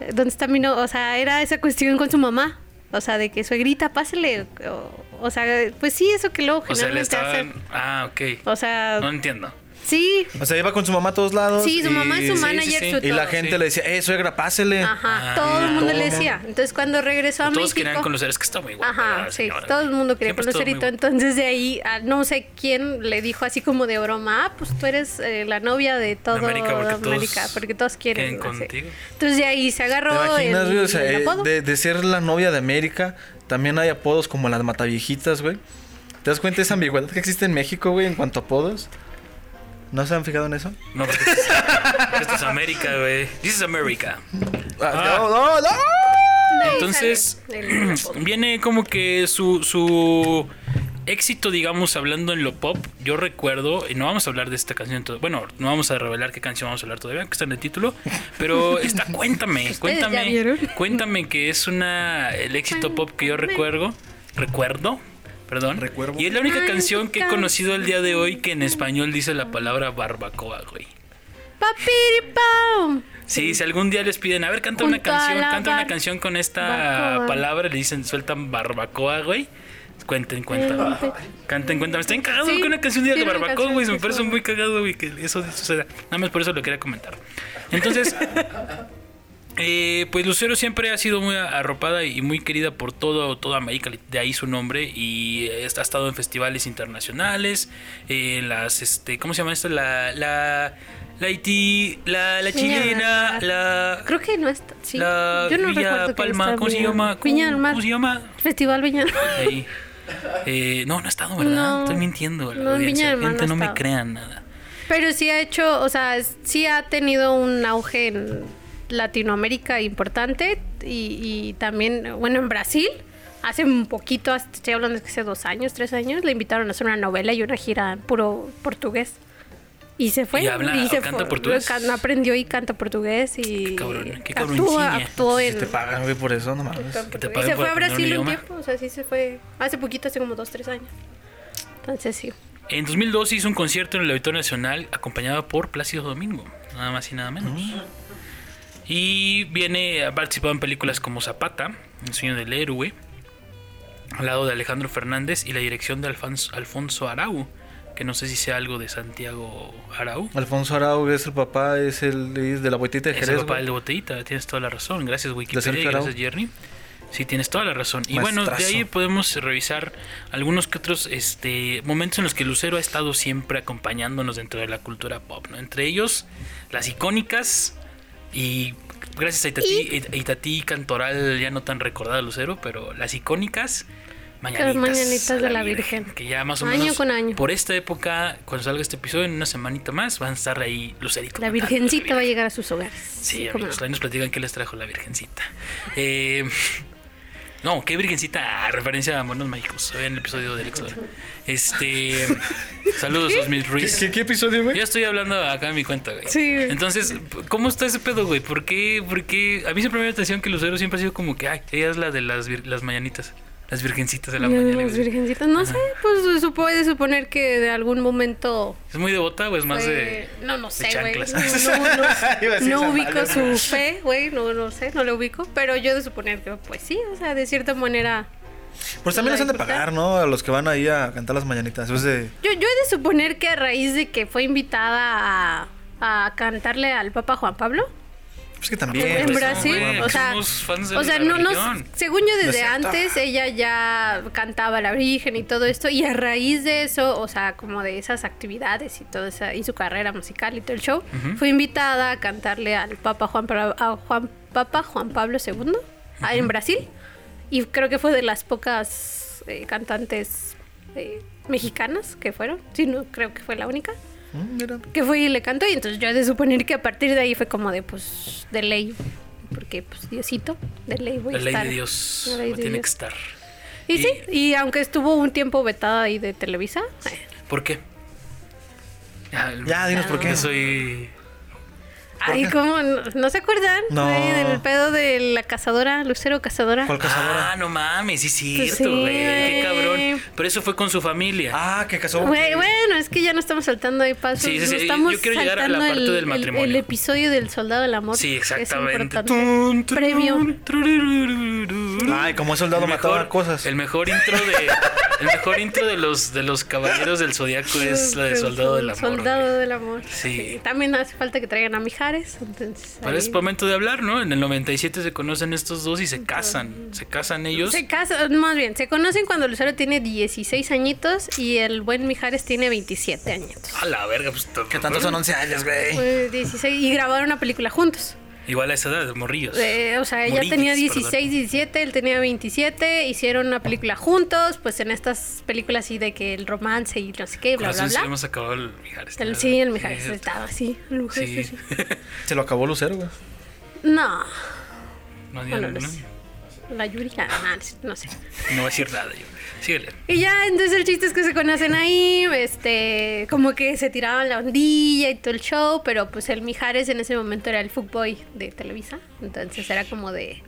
S2: eh, ¿Dónde está mi no? O sea, era esa cuestión con su mamá. O sea, de que suegrita, pásale. O, o sea, pues sí, eso que luego
S3: o sea, le
S2: generalmente
S3: estaban.
S2: hacen.
S3: Ah, ok.
S2: O sea,
S3: No entiendo.
S2: sí,
S1: O sea, iba con su mamá a todos lados.
S2: sí, su
S1: y-
S2: mamá, su
S3: sí,
S2: manager,
S3: sí.
S2: su
S1: Y la
S2: todo.
S1: gente
S3: sí.
S1: le decía, eh, suegra, pásele.
S2: Ajá,
S3: Ah,
S2: todo el mundo
S1: todo
S2: le
S1: el
S2: decía. Entonces cuando regresó a
S3: Todos
S2: México,
S3: querían conocer, es que está muy guapa.
S2: Ajá,
S3: la
S2: sí,
S3: señora.
S2: todo el mundo quería
S3: Siempre estuvo
S2: conocer
S3: muy
S2: Hito.
S3: guapa.
S2: Entonces de ahí, a no sé quién le dijo así como de broma, ah, pues tú eres eh, la novia de todo
S3: América,
S2: América,
S3: porque todos
S2: porque, todos quieren.
S3: quieren
S2: no sé.
S3: contigo.
S2: Entonces de ahí se
S1: ¿Te
S2: agarró
S1: imaginas,
S2: el,
S1: güey? O sea,
S2: el
S1: eh,
S2: apodo.
S1: de, de ser la novia de América, también hay apodos como las mataviejitas, güey. ¿Te das cuenta de esa ambigüedad que existe en México, güey, en cuanto a apodos? ¿No se han fijado en eso?
S3: No, porque esto es- esto es América, güey. This is America.
S1: Ah, ¡No, no, no!
S2: De ahí
S3: Entonces,
S2: sale el apodo.
S3: viene como que su, su éxito, digamos, hablando en lo pop. Yo recuerdo, y no vamos a hablar de esta canción, to- bueno, no vamos a revelar qué canción vamos a hablar todavía, que está en el título, pero está, cuéntame,
S2: ya
S3: cuéntame,
S2: vieron.
S3: cuéntame que es una, el éxito pop que yo recuerdo, recuerdo. Perdón.
S1: Recuerdo.
S3: Y es la única
S2: Ay,
S3: canción que he
S2: canción.
S3: conocido el día de hoy que en español dice la palabra barbacoa, güey.
S2: Papiripao.
S3: Sí, si algún día les piden, a ver, canta una
S2: Junto a
S3: canción,
S2: la
S3: canta una
S2: bar-
S3: canción con esta
S2: barbacoa.
S3: palabra, le dicen, sueltan barbacoa, güey. Cuenten, cuéntame.
S2: Cuenten.
S3: Canten, cuéntame. Está bien cagado
S2: Sí,
S3: que una canción de día
S2: sí,
S3: de
S2: era una
S3: barbacoa,
S2: canción
S3: güey. Me
S2: que
S3: parece
S2: estuvo-
S3: muy cagado, güey, que eso suceda. Nada más por eso lo quería comentar. Entonces, eh, pues Lucero siempre ha sido muy arropada y muy querida por todo, toda América, de ahí su nombre. Y eh, ha estado en festivales internacionales, eh, en las, este, ¿cómo se llama esto? La, la, la Haití, la, la chilena, la...
S2: Creo que no está. Sí.
S3: La
S2: Yo no recuerdo
S3: Villa
S2: que
S3: Palma,
S2: está
S3: ¿cómo se
S2: Viña-
S3: llama? ¿Cómo-
S2: Viña del Mar.
S3: ¿Cómo se llama?
S2: Festival Viña del Mar.
S3: Ahí. Eh, no, no ha estado, ¿verdad?
S2: No.
S3: Estoy mintiendo. La
S2: No, en
S3: audiencia.
S2: Viña del Mar
S3: Gente,
S2: no
S3: no,
S2: ha
S3: me
S2: estado.
S3: crean nada.
S2: Pero sí ha hecho, o sea, es- sí ha tenido un auge en Latinoamérica importante y, y también, bueno, en Brasil. Hace un poquito, hasta- estoy hablando de que hace dos años, tres años, le invitaron a hacer una novela y una gira en puro portugués. Y se fue.
S3: ¿Y habla o
S2: se
S3: canta
S2: fue.
S3: portugués?
S2: Can- aprendió y canta portugués y
S3: Qué cabrón, qué
S2: actuó,
S3: cabronciña.
S2: actuó
S1: Si
S2: en...
S1: te pagan, güey, por eso, no mames.
S2: actuó en
S3: Que te
S2: portugués.
S3: paguen
S2: se
S3: por
S2: fue a
S3: aprender un
S2: Brasil un
S3: idioma.
S2: tiempo, o sea, sí se fue. Hace poquito, hace como dos, tres años. Entonces sí.
S3: En 2012 hizo un concierto en el Auditorio Nacional acompañado por Plácido Domingo, nada más y nada menos. Y viene, ha participado en películas como Zapata, El sueño del héroe, al lado de Alejandro Fernández y la dirección de Alfonso, Alfonso Arau, que no sé si sea algo de Santiago Arau.
S1: Alfonso Arau es el papá, es el es de la boitita de
S3: Es
S1: Jerez.
S3: el papá
S1: güey.
S3: del de Botellita, tienes toda la razón. Gracias Wikipedia, y
S1: Sergio Arau.
S3: gracias Jerry. Sí, tienes toda la razón. Y bueno, de
S1: Maestrazo.
S3: ahí podemos revisar algunos que otros este, momentos en los que Lucero ha estado siempre acompañándonos dentro de la cultura pop, ¿no? Entre ellos, las icónicas y gracias a Itatí, y... Itatí Cantoral, ya no tan recordada Lucero, pero las icónicas... Mañanitas,
S2: mañanitas
S3: a
S2: de la Virgen.
S3: Que ya más o
S2: Año
S3: menos
S2: con año.
S3: por esta época, cuando salga este episodio, en una semanita más, van a estar ahí Lucerito.
S2: La
S3: cantando
S2: virgencita va a llegar a sus hogares.
S3: Sí, pues
S2: ¿Cómo no?
S3: amigos, ahí nos platican qué les trajo la virgencita. Eh, no, qué virgencita, Ah, referencia a monos mágicos. Vean el episodio del Explora. Este. saludos, Osmil
S1: ¿Qué,
S3: Ruiz.
S1: qué- qué episodio, güey?
S3: Yo estoy hablando acá en mi cuenta, güey.
S2: Sí, güey.
S3: Entonces, ¿cómo está ese pedo, güey? ¿Por qué? ¿Por qué? A mí siempre me dio atención que Lucero siempre ha sido como que, ay, ella es la de las, vir- las mañanitas, las virgencitas de la
S2: Yo de
S3: mañana.
S2: las
S3: güey.
S2: virgencitas, no sé, pues se supo- puede suponer que de algún momento.
S3: ¿Es muy devota o es más
S2: fue-
S3: de.?
S2: no, no sé, güey. No,
S3: chanclas.
S2: no, no-
S1: Iba a decir
S2: no
S1: esa
S2: ubico
S1: madre,
S2: su fe, güey, no, no sé, no lo ubico, pero yo de suponer que, pues sí, o sea, de cierta manera.
S1: Pues también les han de pagar, ¿no? A los que van ahí a cantar las mañanitas. Es de-
S2: Yo, yo he de suponer que a raíz de que fue invitada a, a cantarle al Papa Juan Pablo.
S1: pues que también.
S3: Bien,
S2: en
S1: pues,
S2: Brasil,
S1: no, güey.
S2: o sea,
S3: somos fans de
S2: o sea,
S3: la
S2: no, no,
S3: religión.
S2: según yo
S1: No es
S2: desde
S1: cierto.
S2: antes ella ya cantaba la Virgen y todo esto y a raíz de eso, o sea, como de esas actividades y todo esa y su carrera musical y todo el show, fue invitada a cantarle al Papa Juan Pra- a Juan Papa Juan Pablo II a- en Brasil y creo que fue de las pocas eh, cantantes eh, mexicanas que fueron, sí, no creo que fue la única
S1: Mm, mira.
S2: que fue y le cantó y entonces yo he de suponer que a partir de ahí fue como de pues de ley porque pues Diosito de ley voy a
S3: La ley
S2: estar.
S3: de Dios
S2: La ley de
S3: tiene
S2: Dios.
S3: que estar.
S2: y, sí y aunque estuvo un tiempo vetada ahí de Televisa eh,
S3: ¿Por qué? Ah,
S1: Ya, dinos por qué.
S3: Yo soy.
S2: ay como no, ¿no se acuerdan
S1: No.
S2: Güey, del pedo de la cazadora Lucero cazadora
S1: ¿Cuál cazadora?
S3: Ah, no mames, sí,
S2: Pues
S3: cierto,
S2: sí,
S3: güey. Qué
S2: güey.
S3: cabrón. Pero eso fue con su familia.
S1: Ah, que casó.
S2: Güey, bueno, es que ya no estamos saltando ahí pasos.
S3: Sí, sí, sí,
S2: no estamos
S3: yo quiero llegar a la
S2: saltando
S3: parte
S2: el,
S3: del
S2: el-
S3: matrimonio.
S2: el episodio del soldado del amor.
S3: sí,
S2: que es
S3: exactamente.
S2: importante. Premio.
S1: Ay, como es soldado
S3: El
S1: mataba
S3: mejor,
S1: cosas.
S3: el mejor intro de el mejor intro de los de los caballeros del zodiaco es Pues, la de soldado del amor.
S2: Soldado
S3: güey.
S2: del amor.
S3: Sí.
S2: También hace falta que traigan a Mijares. Entonces,
S3: Pero es
S2: ahí-
S3: momento de hablar, ¿no? En el 97 se conocen estos dos y se casan. Se casan ellos.
S2: Se casan, más bien, se conocen cuando Lucero tiene 16 añitos y el buen Mijares tiene 27 añitos.
S3: A la verga, pues
S1: Que tanto son 11 años, güey.
S2: Pues, 16 y grabaron una película juntos.
S3: Igual a esa edad, morrillos.
S2: Eh, o sea, ella
S3: Morrillos,
S2: tenía
S3: perdón.
S2: 16, 17, él tenía 27, hicieron una película juntos, pues en estas películas así de que el romance y no sé qué, bla, bla,
S3: Corazón, sí,
S2: bla.
S3: hemos acabado el Mijares.
S2: El-
S3: ¿no?
S2: sí, el Mijares
S3: eh, Sí.
S2: estaba así, el Mijares
S3: Sí.
S2: así.
S1: Se lo acabó Lucero, güey.
S2: No,
S3: No, ya
S2: bueno, pues.
S3: no,
S2: no sé. La Yuri, ah, no sé.
S3: no va a decir nada. Yo. Síguele.
S2: Y ya, entonces el chiste es que se conocen ahí, este, como que se tiraban la ondilla y todo el show, pero pues el Mijares en ese momento era el fuckboy de Televisa, entonces era como de,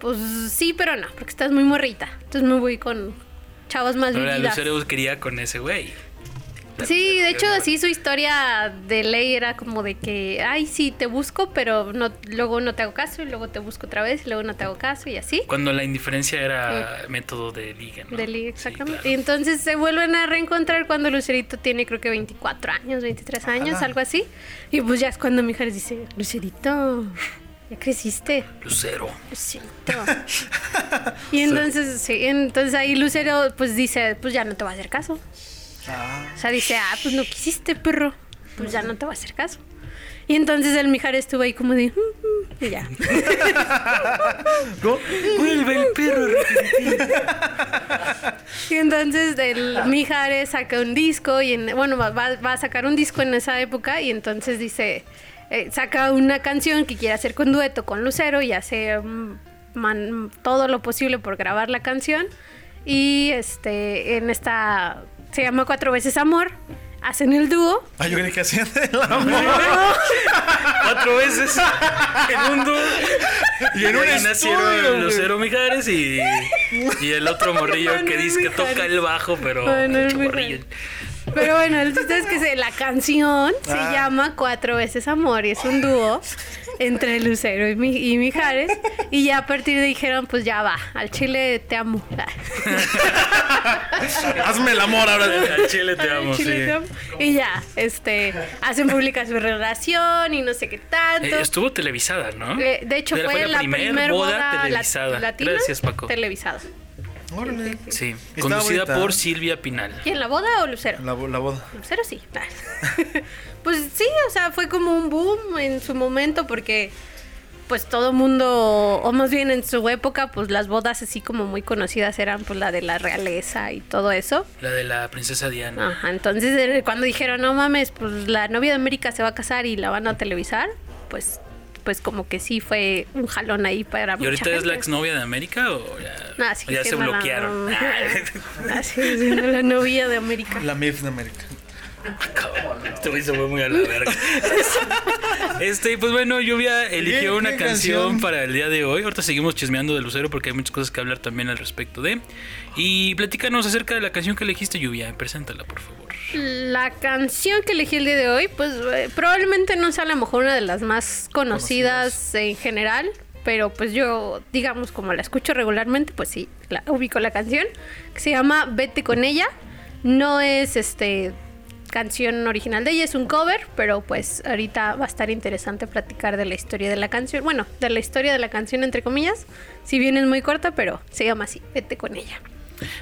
S2: pues sí, pero no, porque estás muy morrita, entonces me voy con chavas más
S3: Ahora
S2: vividas.
S3: Lucero quería con ese güey.
S2: Sí, de hecho, sí, su historia de ley era como de que, ay, sí, te busco, pero no, luego no te hago caso, y luego te busco otra vez, y luego no te hago caso, y así.
S3: Cuando la indiferencia era método de liga, ¿no?
S2: De ley,
S3: Sí,
S2: exactamente.
S3: claro.
S2: Y entonces se vuelven a reencontrar cuando Lucerito tiene, creo que 24 años, 23 años,
S1: Ajá.
S2: algo así. Y pues ya es cuando mi hija les dice, Lucerito, ya creciste.
S3: Lucero.
S2: Lucerito. y entonces, sí, entonces ahí Lucero pues dice, pues ya no te va a hacer caso. O sea, dice, ah, pues no quisiste, perro. Pues ya no te va a hacer caso. Y entonces el Mijar estuvo ahí como de, "Mm, mm", y ya.
S1: ¿Cómo?
S3: Vuelve el perro.
S2: Y entonces el Mijares saca un disco y en- bueno, va, va- va a sacar un disco en esa época y entonces dice, eh, saca una canción que quiere hacer con dueto con Lucero y hace mm, man- todo lo posible por grabar la canción y este en esta se llama Cuatro veces Amor, hacen el dúo.
S1: Ah, yo creí que hacían el amor.
S3: Cuatro veces. El mundo.
S1: Y en un
S3: ahí
S1: estudio,
S3: nacieron
S1: güey.
S3: Lucero Mijares y, y el otro morrillo que
S2: Manuel
S3: dice que
S2: Mijares.
S3: toca el bajo, pero.
S2: Manuel
S3: pinche morrillo.
S2: Pero bueno, el chiste es que se- la canción se
S1: Ah.
S2: llama Cuatro veces Amor y es un dúo entre Lucero y, mi, y Mijares. Y ya a partir de ahí dijeron, pues ya va, al chile te amo.
S1: Hazme el amor ahora.
S3: Al chile te
S2: Al
S3: amo,
S2: chile
S3: sí.
S2: te amo. Y ya, este, hacen pública su relación y no sé qué tanto.
S3: Eh, estuvo televisada, ¿no?
S2: Eh, de hecho, fue, la
S3: primer
S2: primera boda, lat-
S3: televisada.
S2: latina
S3: Gracias, Paco.
S2: televisada.
S1: Órale.
S3: Sí,
S1: Está
S3: conducida
S1: bonita.
S3: por Silvia Pinal.
S2: ¿Quién la boda o Lucero?
S1: La, bo- la boda.
S2: Cero sí. pues sí, o sea, fue como un boom en su momento porque pues todo mundo, o más bien en su época, pues las bodas así como muy conocidas eran pues la de la realeza y todo eso.
S3: La de la princesa Diana.
S2: Ajá, entonces eh, cuando dijeron, no mames, pues la novia de América se va a casar y la van a televisar, pues pues como que sí fue un jalón ahí para
S3: ¿Y
S2: mucha
S3: ahorita es
S2: gente.
S3: la exnovia de América o ya,
S2: Ah, sí,
S3: o ya
S2: sí,
S3: se
S2: no, no,
S3: bloquearon?
S2: no.
S3: Ah,
S2: Así es, la novia de América.
S1: La MIF de América.
S3: Cabrón, este güey se fue muy a la verga. Este, pues bueno, Lluvia eligió
S1: Bien,
S3: una
S1: bien
S3: canción,
S1: canción.
S3: para el día de hoy. Ahorita seguimos chismeando de Lucero porque hay muchas cosas que hablar también al respecto de. Y platícanos acerca de la canción que elegiste, Lluvia. Preséntala, por favor.
S2: La canción que elegí el día de hoy, pues eh, probablemente no sea a lo mejor una de las más conocidas, en general, pero pues yo, digamos, como la escucho regularmente, pues sí, la, ubico la canción, que se llama Vete con ella. No es este canción original de ella, es un cover, pero pues ahorita va a estar interesante platicar de la historia de la canción, bueno, de la historia de la canción entre comillas, si bien es muy corta, pero se llama así, Vete con ella.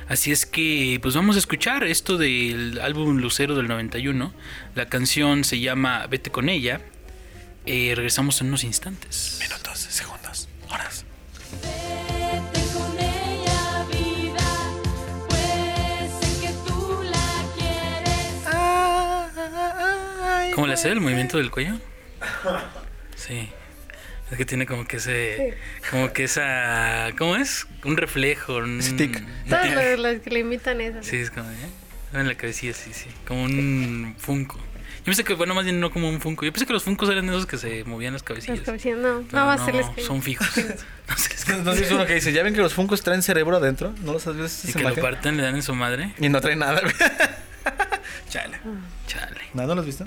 S3: Así es que, pues vamos a escuchar esto del álbum Lucero del 91. La canción se llama Vete con ella. Eh, regresamos en unos instantes.
S1: Minutos, segundos, horas.
S5: Vete con ella, vida, pues sé que tú la quieres.
S3: ¿Cómo le hace el movimiento del cuello? Sí. Es que tiene como que ese. Como que esa. ¿Cómo es? Un reflejo. Un,
S1: Ese tic.
S3: un
S2: Todas
S3: tic.
S2: las, las que le imitan es así.
S3: Sí, es como. ¿eh? En la cabecilla, sí, sí. Como un Funko. Yo pensé que, bueno, más bien no como un Funko. Yo pensé que los Funcos eran esos que se movían las cabecillas.
S2: Los que me decían, no,
S3: Pero
S2: nada más se les
S3: Ah, no, son fijos. No se les
S1: ¿No has visto uno que dice, ya ven que los funcos traen cerebro adentro? ¿No los has visto?
S3: Y
S1: esa
S3: que lo
S1: imagen?
S3: parten, le dan en su madre.
S1: Y no trae nada, güey. Chale.
S3: Chale.
S1: ¿No, ¿No lo has visto?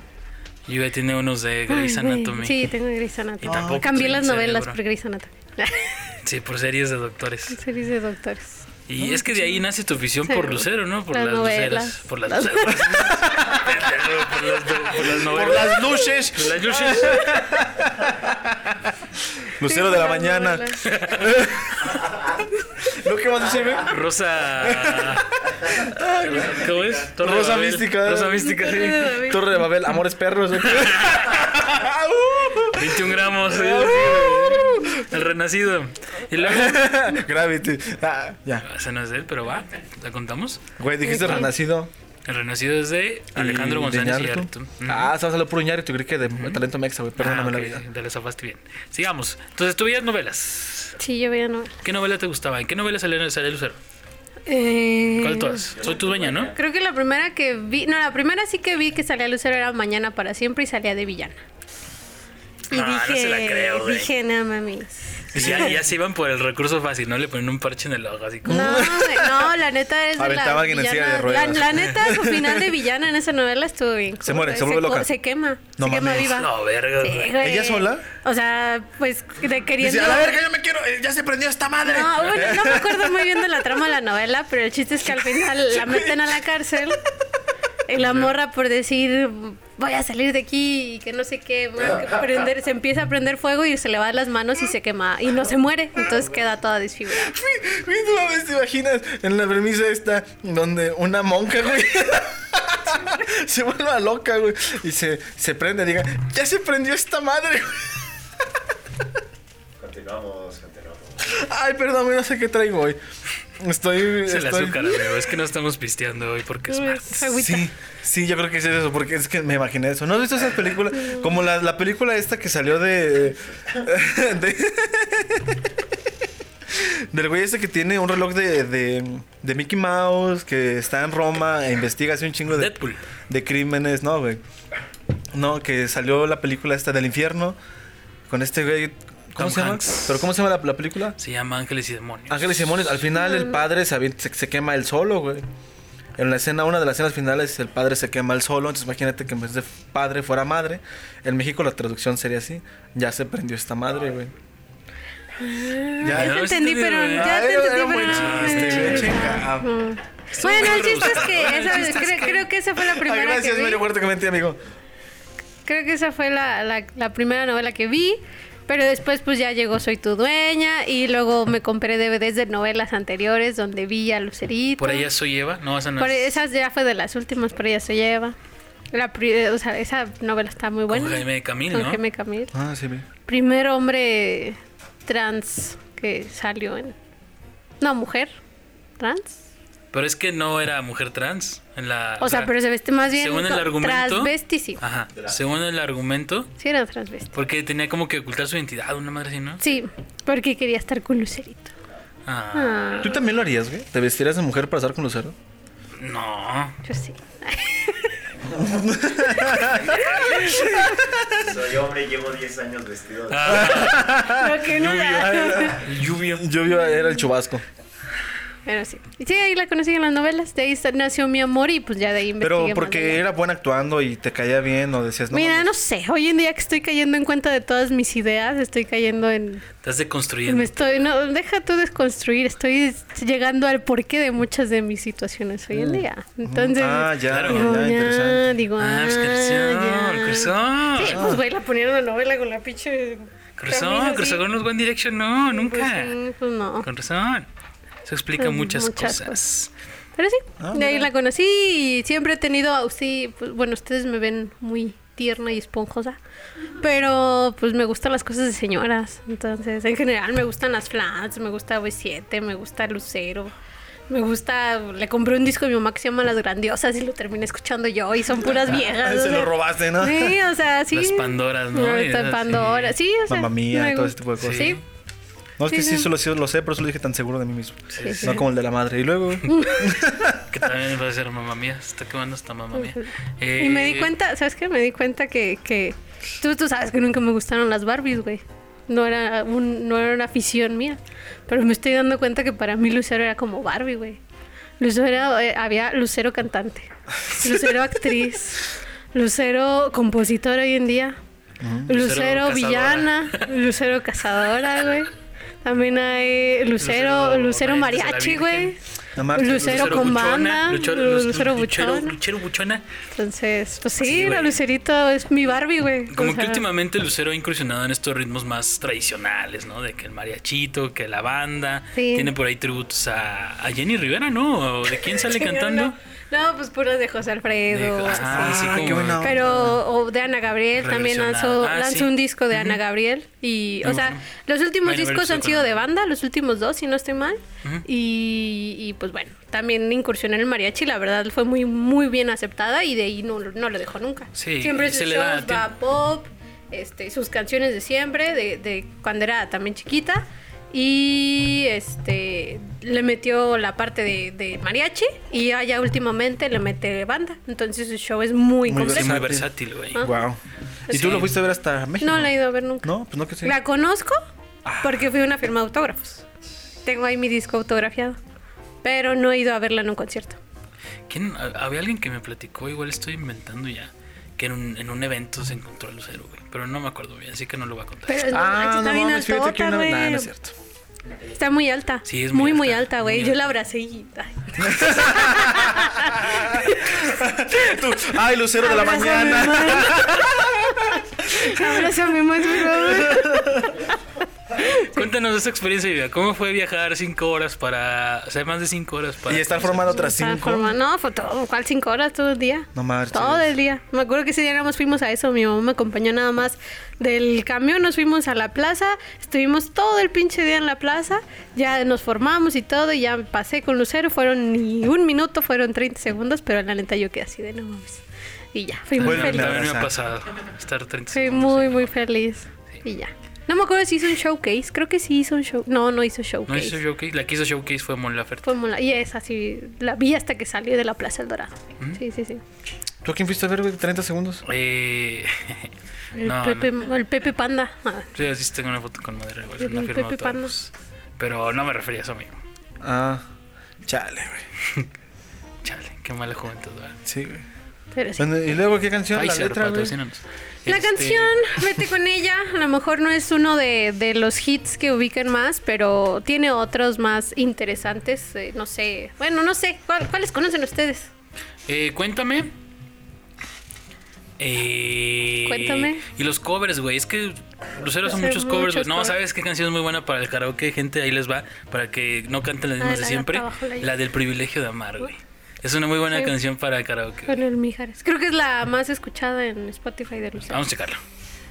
S3: Y ya tiene unos de
S2: Ay,
S3: Grey's
S2: güey,
S3: Anatomy.
S2: Sí, tengo Grey's
S3: Y
S2: Anatomy.
S3: tampoco
S2: Cambié
S3: tiene
S2: las novelas
S3: cerebro.
S2: por Grey's Anatomy.
S3: Sí, por series de doctores.
S2: Series de doctores.
S3: Y es que de ahí nace tu afición
S2: Sí.
S3: por Lucero, ¿no? Por
S2: Las
S3: las,
S2: novelas.
S3: luceras. Por las luceras. por, las, por las
S1: Por
S3: novelas.
S1: las luces.
S3: Por las luces.
S1: Lucero
S2: Sí,
S1: Pues de la
S2: las
S1: mañana.
S2: novelas.
S1: ¿Lo que más dice, güey?
S3: Rosa. ¿Cómo es? Torre
S1: Rosa
S3: Babel.
S1: mística.
S3: Rosa mística,
S2: Torre de
S3: sí.
S2: Babel.
S1: Torre de Babel, amores perros. güey. Uh,
S3: 21 gramos. sí, sí. El renacido. Y luego.
S1: Gravity. Ah, ya.
S3: Ese no es de él, pero va. ¿La contamos?
S1: Güey, dijiste
S2: Ok.
S1: renacido.
S3: El renacido es de Alejandro
S1: Y de
S3: González y
S1: Iñárritu.
S3: Arto. Ujú.
S1: Ah, sabes hablar puro Iñárritu, creí que de talento mexa, güey. Perdóname
S3: Ah,
S1: la
S3: ok,
S1: vida.
S3: Te la zafaste bien. Sigamos. Entonces, tú veías novelas.
S2: Sí, yo veía novelas.
S3: ¿Qué novela te gustaba? ¿En qué novela salía, salía Lucero?
S2: Eh,
S3: ¿Cuál de todas? Soy tu dueña, ¿no?
S2: Creo que la primera que vi, no, la primera sí que vi que salía Lucero era Mañana para siempre y salía de villana. Y
S1: Ah,
S3: No, no
S2: dije,
S3: se la creo, güey.
S2: dije, no mami.
S3: Y ya, ya se iban por el recurso fácil, ¿no? Le ponen un parche en el ojo, así
S2: No,
S3: como.
S2: güey, no, la neta es de
S1: Aventaba a
S2: la
S1: alguien en silla
S2: villana-
S1: de ruedas.
S2: La, la neta, su final de villana en esa novela estuvo bien.
S1: Se muere,
S2: cruel,
S1: se vuelve
S2: co-
S1: loca.
S2: Se quema,
S1: No
S2: se quema
S1: mames.
S2: viva.
S3: No, verga,
S2: Sí,
S3: güey.
S2: güey.
S1: ¿Ella sola?
S2: O sea, pues de queriendo...
S1: Dice, a la verga, yo me quiero. eh, Ya se prendió esta madre.
S2: No, bueno, no me acuerdo muy bien de la trama de la novela, pero el chiste es que al final la meten a la cárcel y la morra por decir voy a salir de aquí y que no sé qué, bueno, que prender, se empieza a prender fuego y se le va de las manos y se quema y no se muere, entonces queda toda desfigurada.
S1: Güey, no mames, ¿te imaginas? En la premisa esta, donde una monja, güey. se vuelve loca, güey. Y se, se prende, diga, ya se prendió esta madre, güey.
S4: Continuamos, continuamos.
S1: Ay, perdón, güey, no sé qué traigo hoy. Estoy.
S3: Es el
S1: estoy-
S3: azúcar, amigo. Es que no estamos pisteando hoy porque es
S2: Uy,
S3: martes.
S2: agüita.
S1: Sí, sí, yo creo que es eso, porque es que me imaginé eso. ¿No has visto esas películas? Como la, la película esta que salió de, eh, de- Del güey este que tiene un reloj de, de, de Mickey Mouse, que está en Roma e investiga hace un chingo de...
S3: Deadpool.
S1: De crímenes, no, güey. No, que salió la película esta del infierno, con este güey... ¿Cómo
S3: Tom
S1: se llama?
S3: Hanks.
S1: ¿Pero cómo se llama la, la película?
S3: Se llama Ángeles y Demonios.
S1: Ángeles y demonios. Al final el padre se, avien- se, se quema él solo, güey. En la escena, una de las escenas finales, el padre se quema él solo. Entonces imagínate que en vez de padre fuera madre. En México la traducción sería así. Ya se prendió esta madre, güey.
S2: Ya
S1: Ya.
S2: te
S3: no, sí
S2: entendí,
S3: te
S2: pero
S3: digo,
S2: Ah. ya te
S1: Ay, era
S2: entendí,
S1: un buen
S2: pero no me
S1: chiste, güey,
S2: entendí.
S1: chinga.
S2: Bueno, el chiste es que,
S3: Bueno, el
S2: esa-
S3: chiste es
S2: creo,
S3: que-
S2: creo que esa fue la
S1: Ay,
S2: primera
S1: gracias,
S2: que vi.
S1: Mario Huerta, que mentí, amigo.
S2: Creo que esa fue la, la- la primera novela que vi. Pero después pues ya llegó Soy tu dueña y luego me compré DVDs de novelas anteriores donde vi a Lucerito.
S3: Por allá soy Eva. No, esa no
S2: Por
S3: es.
S2: esas ya fue de las últimas, por ella se lleva. La pri- o sea, esa novela está muy buena.
S3: Jaime Camil,
S2: Con
S3: ¿no?
S2: Jaime Camil.
S1: Ah, sí, bien.
S2: Primer hombre trans que salió en... No, mujer trans.
S3: Pero es que no era mujer trans. En la,
S2: O sea, pero se veste más bien
S3: Ah, Según el
S2: co-
S3: argumento. ah.
S2: transvesti, sí.
S3: Ajá. Según el argumento.
S2: Sí, era transvesti.
S3: Porque tenía como que ocultar su identidad, una madre así, ¿no?
S2: Sí, porque quería estar con Lucerito.
S3: Ah,
S2: Ah.
S1: ¿Tú también lo harías, güey? ¿Te vestirías de mujer para estar con Lucero?
S3: no.
S2: Yo sí.
S4: Soy hombre y llevo 10 años vestido
S3: Ah.
S4: de.
S1: Ah,
S2: Lo que no da.
S3: Lluvia.
S1: Yo vi, era el chubasco.
S2: Pero sí. Y sí, ahí la conocí en las novelas. De ahí sa- nació mi amor y pues ya de ahí investigué
S1: Pero
S2: más
S1: porque
S2: allá.
S1: era buena actuando y te caía bien o decías, no.
S2: Mira,
S1: mames.
S2: no sé. Hoy en día que estoy cayendo en cuenta de todas mis ideas, estoy cayendo en.
S3: Estás
S2: Me
S3: deconstruyendo.
S2: estoy. No, deja tú desconstruir. Estoy llegando al porqué de muchas de mis situaciones hoy en día. Entonces.
S1: Mm. Ah, ya,
S3: Claro.
S2: Digo,
S1: ya,
S2: ya,
S1: interesante.
S2: digo,
S3: Ah, pues,
S2: ah,
S3: cruzón,
S2: ya.
S3: cruzón.
S2: Sí, pues güey, la ponieron en la novela con la pinche. camisa
S3: Cruzón,
S2: así.
S3: cruzón con los One Direction, no,
S2: Pues,
S3: nunca.
S2: sí, pues no.
S3: Con razón. Eso explica
S2: Mm,
S3: muchas,
S2: muchas
S3: cosas.
S2: Pero sí,
S1: Ah,
S2: de ahí
S1: mira.
S2: la conocí y siempre he tenido, au- sí, pues, bueno, ustedes me ven muy tierna y esponjosa, pero pues me gustan las cosas de señoras, entonces en general me gustan las flats, me gusta V7, me gusta Lucero. Me gusta, le compré un disco a mi mamá que se llama Las Grandiosas y lo terminé escuchando yo y son puras viejas.
S1: Ah,
S2: o
S1: Se lo
S2: sea.
S1: robaste, ¿no?
S2: Sí, o sea, sí.
S3: Las Pandoras, ¿no?
S2: Las
S3: Y esas, sí.
S2: Pandora, sí, o sea.
S1: Mamma Mía,
S2: me
S1: todo
S2: gu-
S1: ese tipo de cosas.
S2: Sí,
S1: No, es que
S2: Sí,
S1: sí,
S2: sí.
S1: solo sí lo sé, pero eso lo dije tan seguro de mí mismo.
S2: Sí, sí. Pues
S1: No como el de la madre. Y luego,
S3: Que también va a ser mamá mía. se Está quemando esta mamá mía. Eh,
S2: Y me di cuenta, ¿sabes qué? Me di cuenta que, que tú, tú sabes que nunca me gustaron las Barbies, güey. No era, un, no era una afición mía. Pero me estoy dando cuenta que para mí Lucero era como Barbie, güey. Lucero era- eh, había Lucero cantante, Lucero actriz, Lucero compositora hoy en día, Lucero,
S3: Lucero
S2: villana, Lucero cazadora, güey. También hay Lucero,
S3: Lucero
S2: Lucero
S3: Maestra de la
S2: mariachi, güey.
S3: Virgen.
S1: la madre.
S2: Lucero con banda,
S3: Lucho-
S2: Lu-
S3: Lu-
S2: Lucero
S3: Luchero-
S2: buchona.
S3: Luchero buchona.
S2: Entonces, pues sí,
S3: Sí,
S2: la
S3: güey.
S2: Lucerito es mi Barbie, güey.
S3: Como
S2: O
S3: que
S2: sea,
S3: últimamente Lucero ha incursionado en estos ritmos más tradicionales, ¿no? De que el mariachito, que la banda.
S2: Sí.
S3: Tiene por ahí tributos a, a Jenny Rivera, ¿no? ¿O ¿De quién sale
S2: sí, no,
S3: cantando?
S2: No, no, pues puras de José Alfredo.
S3: De- ah,
S2: así.
S3: sí,
S1: Ah,
S3: como-
S1: qué buena onda.
S2: Pero o de Ana Gabriel también lanzó,
S3: Reversionada. Ah,
S2: lanzó
S3: sí.
S2: un disco de Ana Gabriel. Y,
S3: Muy
S2: o sea,
S3: bueno.
S2: los últimos
S3: Bueno,
S2: discos
S3: Verso
S2: han sido
S3: con-
S2: de banda, los últimos dos, si no estoy mal.
S3: Ujú.
S2: y, y, pues bueno, también incursionó en el mariachi. La verdad fue muy, muy bien aceptada y de ahí no, no lo dejó nunca.
S3: Sí,
S2: Siempre
S3: se
S2: sus
S3: le
S2: shows
S3: da
S2: va a
S3: tiempo.
S2: pop, este, sus canciones de siempre, de, de cuando era también chiquita. Y este le metió la parte de, de mariachi y ya, ya últimamente le mete banda. Entonces su show es muy,
S1: Muy
S2: completo.
S3: Sí, muy
S1: Versátil.
S3: versátil, güey.
S1: Wow. ¿Y tú
S3: Sí.
S1: lo fuiste a ver hasta México?
S2: No la he ido a ver nunca.
S1: No, pues no que sí. Ah.
S2: La conozco porque fui a una firma de autógrafos. Tengo ahí mi disco autografiado. Pero no he ido a verla en un concierto.
S3: ¿Quién? Ha- Había alguien que me platicó, igual estoy inventando ya, que en un, en un evento se encontró a Lucero, güey. Pero no me acuerdo bien, así que no lo voy a contar.
S2: Pero no, manches,
S1: Ah,
S2: está
S1: no
S2: bien
S1: mames, fíjate que
S2: altota,
S1: una
S2: güey.
S1: Nah, no es cierto.
S2: Está muy alta.
S3: Sí, es
S2: muy,
S3: muy
S2: muy
S3: alta,
S2: alta, güey.
S3: muy
S2: Yo
S3: alta.
S2: la abracé y. ay.
S1: Tú, Ay, Lucero de la
S2: Abrázame
S1: mañana.
S2: más. Abrázame más, por favor.
S3: Cuéntanos esa experiencia, Ivia. ¿Cómo fue viajar cinco horas para. O sea, más de cinco horas para.
S1: Y estar formando otras cinco.
S2: Transforma- No, fue todo. ¿Cuál? Cinco horas todo el día.
S1: No marches.
S2: Todo el día. Me acuerdo que ese día nada más fuimos a eso. Mi mamá me acompañó nada más del camión. Nos fuimos a la plaza. Estuvimos todo el pinche día en la plaza. Ya nos formamos y todo. Y ya pasé con Lucero. Fueron ni un minuto, fueron 30 segundos. Pero la neta yo quedé así de no mames. Y ya, fui muy
S1: Bueno,
S2: feliz.
S1: nada.
S3: También me
S1: Abraza.
S3: ha pasado estar 30
S2: Fui
S3: segundos.
S2: muy, muy feliz. Y ya. No me acuerdo si hizo un showcase. Creo que sí hizo un show. No, no hizo showcase.
S3: ¿No hizo showcase? La que hizo showcase fue Mon Laferte.
S2: Fue mola. Y es así. La vi hasta que salió de la Plaza El Dorado.
S1: ¿Mm?
S2: Sí, sí, sí.
S1: ¿Tú a quién fuiste a ver, güey? 30 segundos.
S3: Eh,
S2: El,
S3: no,
S2: Pepe,
S3: no.
S2: el Pepe Panda. Ah,
S3: Sí, así tengo una foto con madera, igual.
S2: El
S3: Una firma
S2: Pepe
S3: de autógrafos. Pero no me refería a eso, amigo.
S1: Ah, chale, güey.
S3: Chale, qué mala juventud, ¿verdad?
S1: Sí, güey.
S2: pero sí.
S1: Bueno, ¿Y luego qué canción? la
S3: Pfizer,
S1: letra, güey.
S3: patrocínanos.
S2: La
S3: Este,
S2: canción, vete con ella. A lo mejor no es uno de, de los hits que ubican más, pero tiene otros más interesantes. eh, no sé. Bueno, no sé. ¿cuál- ¿Cuáles conocen ustedes?
S3: eh, cuéntame. Eh,
S2: Cuéntame.
S3: Y los covers, güey. Es que Lucero hace
S2: Hace
S3: muchos covers, güey.
S2: muchos
S3: No,
S2: covers.
S3: ¿sabes qué canción es muy buena para el karaoke? Gente, ahí les va. Para que no canten las
S2: Ah,
S3: mismas
S2: la
S3: de
S2: de
S3: siempre.
S2: abajo, la-
S3: La del privilegio de amar, güey. Es una muy buena
S2: Sí.
S3: canción para el karaoke.
S2: Con el Mijares. Creo que es la más escuchada en Spotify de Lucero.
S3: Vamos a checarlo.